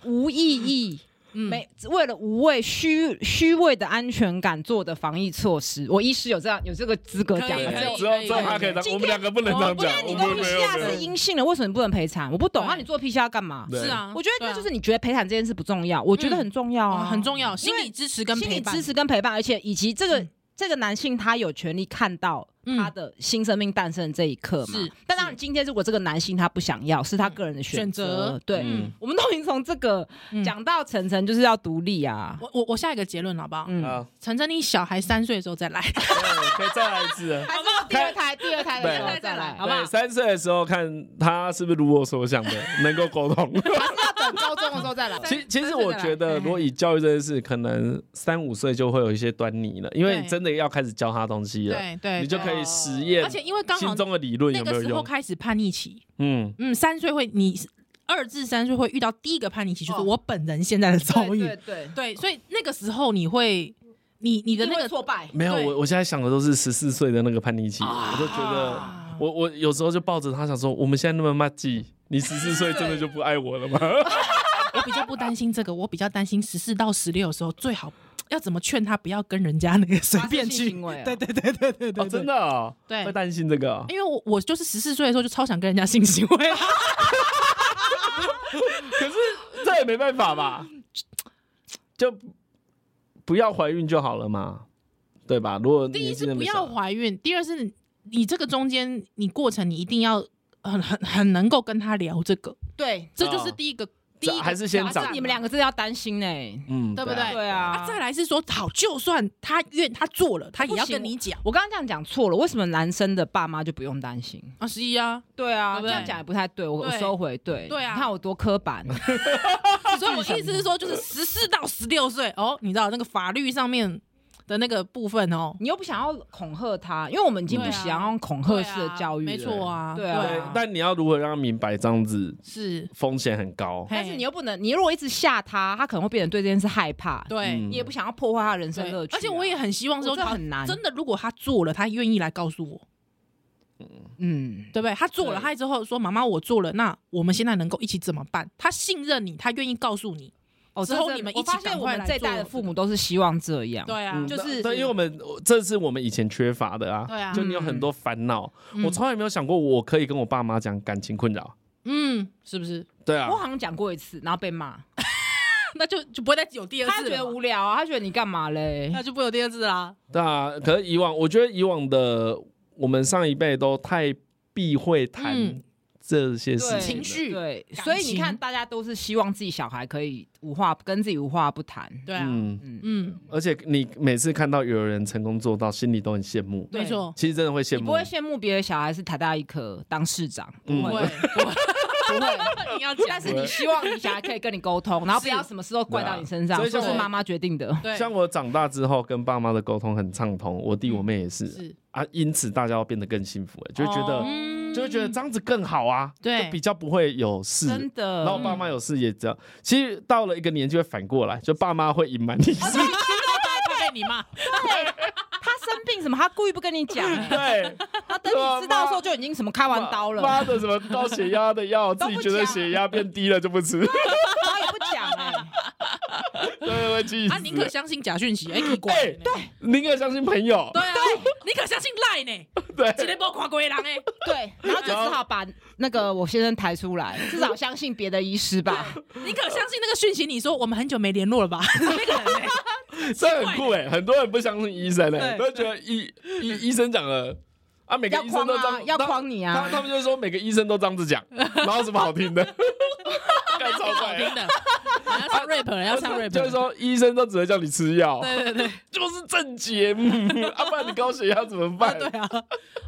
Speaker 1: 无意义，没为了无谓虚虚伪的安全感做的防疫措施。我医师有这样有这个资格讲
Speaker 2: 可以
Speaker 1: 的，
Speaker 2: 可以
Speaker 1: 只有
Speaker 2: 可以
Speaker 3: 之后之后他可以当，
Speaker 1: 今天
Speaker 3: 我们两个不能这样
Speaker 2: 哦
Speaker 3: 讲。
Speaker 2: 不
Speaker 1: 你
Speaker 2: 然
Speaker 3: 我
Speaker 1: 都
Speaker 3: 们
Speaker 1: PCR
Speaker 3: 没有没有
Speaker 1: 是阴性了，为什么你不能陪产？我不懂
Speaker 2: 对
Speaker 1: 啊，你做 PCR 干嘛？
Speaker 3: 对
Speaker 2: 是啊，
Speaker 1: 我觉得
Speaker 2: 对啊
Speaker 1: 那就是你觉得陪产这件事不重要，我觉得很重要
Speaker 2: 哦
Speaker 1: 啊，
Speaker 2: 很重要，心理支持跟
Speaker 1: 心
Speaker 2: 陪
Speaker 1: 理
Speaker 2: 伴
Speaker 1: 支。持跟陪伴，而且以及这个、
Speaker 2: 嗯
Speaker 1: 这个男性他有权利看到他的新生命诞生的这一刻嘛。
Speaker 2: 是嗯
Speaker 1: 但当然今天如果这个男性他不想要，是他个人的选
Speaker 2: 选择
Speaker 1: 对，
Speaker 3: 嗯
Speaker 1: 我们都已经从这个
Speaker 2: 嗯
Speaker 1: 讲到晨晨就是要独立啊。
Speaker 2: 我我我下一个结论好不好？
Speaker 1: 嗯，还
Speaker 3: 啊，
Speaker 2: 晨晨，你小孩三岁的时候再来。
Speaker 3: 对可以再来一 次啊。
Speaker 1: 是第二胎，第二胎的时候
Speaker 2: 对
Speaker 1: 再来，好不好
Speaker 3: 对，？三岁的时候看他是不是如我所想的，能够沟 通。
Speaker 1: 还是要等 高中的时候再来。
Speaker 3: 其其实我觉得，如果以教育这件事，可能三五岁就会有一些端倪了，因为你
Speaker 2: 对
Speaker 3: 真的要开始教他东西了，
Speaker 2: 对对，
Speaker 3: 你就
Speaker 2: 对
Speaker 3: 可以实验
Speaker 2: 而且因为刚好
Speaker 3: 心中的理论
Speaker 2: 那
Speaker 3: 有没
Speaker 2: 个
Speaker 3: 有
Speaker 2: 时候
Speaker 3: 用。
Speaker 2: 开始叛逆期，
Speaker 3: 嗯，
Speaker 2: 嗯，三岁会你二至三岁会遇到第一个叛逆期，就是
Speaker 1: 哦
Speaker 2: 我本人现在的遭遇。
Speaker 1: 对对，
Speaker 2: 对，所以那个时候你会，你你
Speaker 1: 你
Speaker 2: 的那个
Speaker 1: 挫败，
Speaker 3: 没有，
Speaker 2: 对啊
Speaker 3: 我我现在想的都是十四岁的那个叛逆期，我就觉得我我有时候就抱着他想说，我们现在那 么骂鸡，你十四岁真的就不爱我了吗？
Speaker 2: 我比较不担心这个，我比较担心十四到十六的时候，最好要怎么劝他不要跟人家那个随便
Speaker 1: 发生性
Speaker 2: 去
Speaker 1: 行为啊。
Speaker 2: 对对对对对对，
Speaker 3: 哦，真
Speaker 2: 的，
Speaker 3: 的哦，
Speaker 2: 对哎
Speaker 3: 会担心这个哦。
Speaker 2: 因为我我就是十四岁的时候就超想跟人家性行为 啊，
Speaker 3: 可是这也没办法吧？
Speaker 2: 嗯
Speaker 3: 就不要怀孕就好了嘛，对吧？如果
Speaker 2: 第一
Speaker 3: 年纪
Speaker 2: 是
Speaker 3: 那
Speaker 2: 不
Speaker 3: 么
Speaker 2: 要
Speaker 3: 小，啊
Speaker 2: 怀孕，第二是你这个中间你过程你一定要很很很能够跟他聊这个，
Speaker 1: 对，
Speaker 2: 这就是第一个。第
Speaker 3: 哦这
Speaker 2: 一个
Speaker 3: 还是先
Speaker 2: 挑
Speaker 3: 长
Speaker 2: 战
Speaker 1: 你们两个真的要担心呢。
Speaker 3: 嗯，
Speaker 2: 对不
Speaker 3: 啊
Speaker 2: 对
Speaker 1: 对啊
Speaker 2: 啊，再来是说，好，就算他愿他做了，他也要
Speaker 1: 不行
Speaker 2: 跟你讲
Speaker 1: 我刚刚这样讲错了，为什么男生的爸妈就不用担心？
Speaker 2: 啊，十一啊，
Speaker 1: 对啊，
Speaker 2: 对不
Speaker 1: 这
Speaker 2: 对
Speaker 1: 样讲也不太对，我我
Speaker 2: 对
Speaker 1: 收回。对，
Speaker 2: 对啊
Speaker 1: 你看我多刻板，
Speaker 2: 所以我意思是说，就是十四到十六岁哦，你知道那个法律上面的那个部分哦，
Speaker 1: 你又不想要恐吓他，因为我们已经不
Speaker 2: 对啊
Speaker 1: 想要用恐吓式的教育了，
Speaker 2: 没错啊，
Speaker 1: 对啊
Speaker 3: 对，但你要如何让他明白这样子
Speaker 2: 是，
Speaker 3: 风险很高？
Speaker 1: 但是你
Speaker 2: 又
Speaker 1: 又不能，你如果一直吓他，他可能会变得对这件事害怕，
Speaker 2: 对
Speaker 3: 嗯
Speaker 1: 你也不想要破坏他人生
Speaker 2: 对
Speaker 1: 乐趣啊。
Speaker 2: 而且我也很希望说
Speaker 1: 我这
Speaker 2: 他
Speaker 1: 很难
Speaker 2: 真的，如果他做了，他愿意来告诉我，
Speaker 1: 嗯，
Speaker 2: 对不对？他做了，
Speaker 1: 对
Speaker 2: 他之后说妈妈我做了，那我们现在能够一起怎么办？他信任你，他愿意告诉你。
Speaker 1: 哦，
Speaker 2: 之后
Speaker 1: 这是
Speaker 2: 你们
Speaker 1: 我
Speaker 2: 一起
Speaker 1: 发现
Speaker 2: 赶
Speaker 1: 我
Speaker 2: 快
Speaker 1: 们
Speaker 2: 来
Speaker 1: 这一代
Speaker 2: 做
Speaker 1: 的
Speaker 2: 这
Speaker 1: 父
Speaker 2: 个
Speaker 1: 母都是希望这样，
Speaker 2: 对啊，
Speaker 3: 嗯
Speaker 2: 就
Speaker 1: 就是
Speaker 3: 对，因为我们这是我们以前缺乏的啊，
Speaker 2: 对啊
Speaker 3: 就你有很多烦恼，
Speaker 2: 嗯
Speaker 3: 我从来没有想过我可以跟我爸妈讲感情困扰，
Speaker 2: 嗯，是不是？
Speaker 3: 对啊
Speaker 1: 我，好像讲过一次，然后被骂，
Speaker 2: 那就就不会再有第二
Speaker 1: 他
Speaker 2: 次
Speaker 1: 觉
Speaker 2: 了
Speaker 1: 得
Speaker 2: 嘛，
Speaker 1: 无聊啊，他觉得你干嘛嘞？
Speaker 2: 那就不会有第二次啦。
Speaker 3: 对啊，可是以往我觉得以往的我们上一辈都太避讳谈
Speaker 2: 嗯
Speaker 3: 这些事
Speaker 1: 对
Speaker 3: 情了，
Speaker 2: 情绪
Speaker 1: 对，
Speaker 2: 感
Speaker 1: 所以你
Speaker 2: 情
Speaker 1: 看，大家都是希望自己小孩可以无话跟自己无话不谈。
Speaker 2: 对啊，
Speaker 3: 嗯，
Speaker 1: 嗯，
Speaker 2: 嗯，
Speaker 3: 而且你每次看到有人成功做到，心里都很羡慕，
Speaker 1: 对
Speaker 2: 没错，
Speaker 3: 其实真的会羡
Speaker 1: 你
Speaker 3: 慕，
Speaker 1: 不会羡慕别的小孩是台大一科当市长，
Speaker 3: 嗯
Speaker 1: 不
Speaker 2: 不
Speaker 1: 会
Speaker 2: 会，
Speaker 1: 不会。
Speaker 2: 你要讲，
Speaker 1: 但是你希望 你小孩可以跟你沟通，然后不要什么事都怪到你身上，
Speaker 3: 对啊所以
Speaker 1: 说
Speaker 3: 像
Speaker 1: 是
Speaker 2: 我
Speaker 1: 妈妈决定的。
Speaker 2: 对，
Speaker 3: 像我长大之后跟爸妈的沟通很畅通，我
Speaker 1: 嗯
Speaker 3: 弟我妹也是
Speaker 2: 是
Speaker 3: 啊，因此大家要变得更幸福了，就会觉得、
Speaker 1: 哦
Speaker 2: 嗯
Speaker 3: 就会觉得这样子更好啊，
Speaker 2: 对
Speaker 3: 就比较不会有事。
Speaker 1: 真的，
Speaker 3: 然后爸妈有事也这样，其实到了一个年纪会反过来，就爸妈会隐瞒你事，
Speaker 2: 哦被你骂，啊
Speaker 1: 他生病什么，他故意不跟你讲，欸
Speaker 3: 对，
Speaker 1: 他等你知道的时候就已经什么开完刀了，
Speaker 3: 妈的什么高血压的药，自
Speaker 1: 都不
Speaker 3: 己觉得
Speaker 1: 讲
Speaker 3: 血压变低了就不吃，
Speaker 1: 然后也不讲哎，
Speaker 3: 对对对，气死
Speaker 2: 啊，宁可相信假讯息，哎，奇怪
Speaker 3: 哎
Speaker 2: 呢，对对
Speaker 3: 宁可相信朋友，
Speaker 2: 啊，宁可相信赖呢，
Speaker 3: 对
Speaker 2: 今天不看鬼狼哎，
Speaker 1: 对，然后就只好把那个我先生抬出来，至少相信别的医师吧。
Speaker 2: 宁可相信那个讯息，你说我们很久没联络了吧？ 那个人呢？
Speaker 3: 这很酷哎、很多人不相信医生
Speaker 2: 对
Speaker 3: 哎、都觉得医医医生讲了啊，每个
Speaker 1: 要
Speaker 3: 医生
Speaker 1: 框
Speaker 3: 都这
Speaker 1: 啊，
Speaker 3: 样，
Speaker 1: 要
Speaker 3: 他
Speaker 1: 框你
Speaker 3: 他
Speaker 1: 啊！
Speaker 3: 他们就说每个医生都这样子讲，然后有什么好听的，干超
Speaker 2: 好
Speaker 3: 怪
Speaker 2: 听的，你要唱 rap 了，要唱 rap，
Speaker 3: 啊就是说哦医生都只会叫你吃药，
Speaker 2: 对对对
Speaker 3: 就是正解，嗯啊，不然你高血压怎么办？
Speaker 2: 对啊，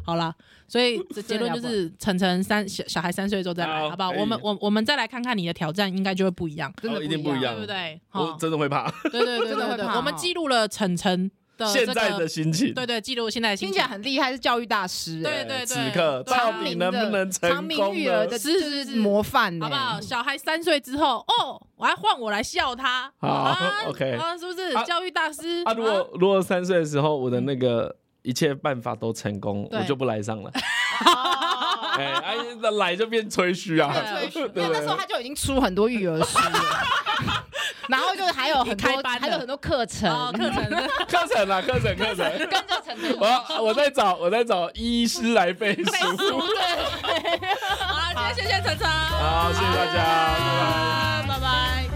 Speaker 2: 好啦，所以这结论就是晨晨三小小孩三岁之后再来，
Speaker 3: 好
Speaker 2: 好不好？
Speaker 3: 可以
Speaker 2: 我们我我们再来看看你的挑战，应该就会不一样，
Speaker 1: 真的
Speaker 3: 哦一定不一
Speaker 2: 对
Speaker 3: 样
Speaker 2: 不对？
Speaker 3: 我
Speaker 2: 好，
Speaker 3: 真的会怕
Speaker 2: 对对对
Speaker 1: 真的
Speaker 2: 对
Speaker 1: 会
Speaker 2: 对，
Speaker 1: 怕
Speaker 2: 我们
Speaker 1: 哦
Speaker 2: 记录了晨晨的
Speaker 3: 现
Speaker 2: 呃这
Speaker 3: 在
Speaker 2: 个
Speaker 3: 的，心情，哎
Speaker 2: 对对，记录现在的心
Speaker 1: 听起
Speaker 2: 情
Speaker 1: 来很厉害，是教育大师、
Speaker 2: 对
Speaker 1: 欸，
Speaker 2: 对对，
Speaker 3: 此刻
Speaker 2: 对啊
Speaker 3: 到底能不能成
Speaker 1: 长
Speaker 3: 功
Speaker 1: 明育儿
Speaker 3: 呢？
Speaker 1: 的
Speaker 2: 是
Speaker 1: 就是是
Speaker 2: 是
Speaker 1: 模范、欸，
Speaker 2: 好不好？？小孩三岁之后，哦，我还换我来笑他，
Speaker 3: 好
Speaker 2: 啊
Speaker 3: OK
Speaker 2: 啊，是不是
Speaker 3: 啊
Speaker 2: 教育大师
Speaker 3: 啊，如果如果三岁的时候我的那个一切办法都成功，
Speaker 2: 对
Speaker 3: 我就不来上了。 哎，哎，那来就变吹嘘啊，
Speaker 2: 变吹嘘
Speaker 1: 因为那时候他就已经出很多育儿书了， 然后就是还有很
Speaker 2: 开
Speaker 1: 多，
Speaker 2: 班了
Speaker 1: 还有很多课程，
Speaker 2: 啊哦课 程
Speaker 3: 课程啊，课程课程，
Speaker 1: 跟着程程一起
Speaker 3: 我要我在找我在找医师来背书。
Speaker 2: 好，今天谢谢晨晨，
Speaker 3: 好，谢谢大家，拜拜。
Speaker 2: 拜拜。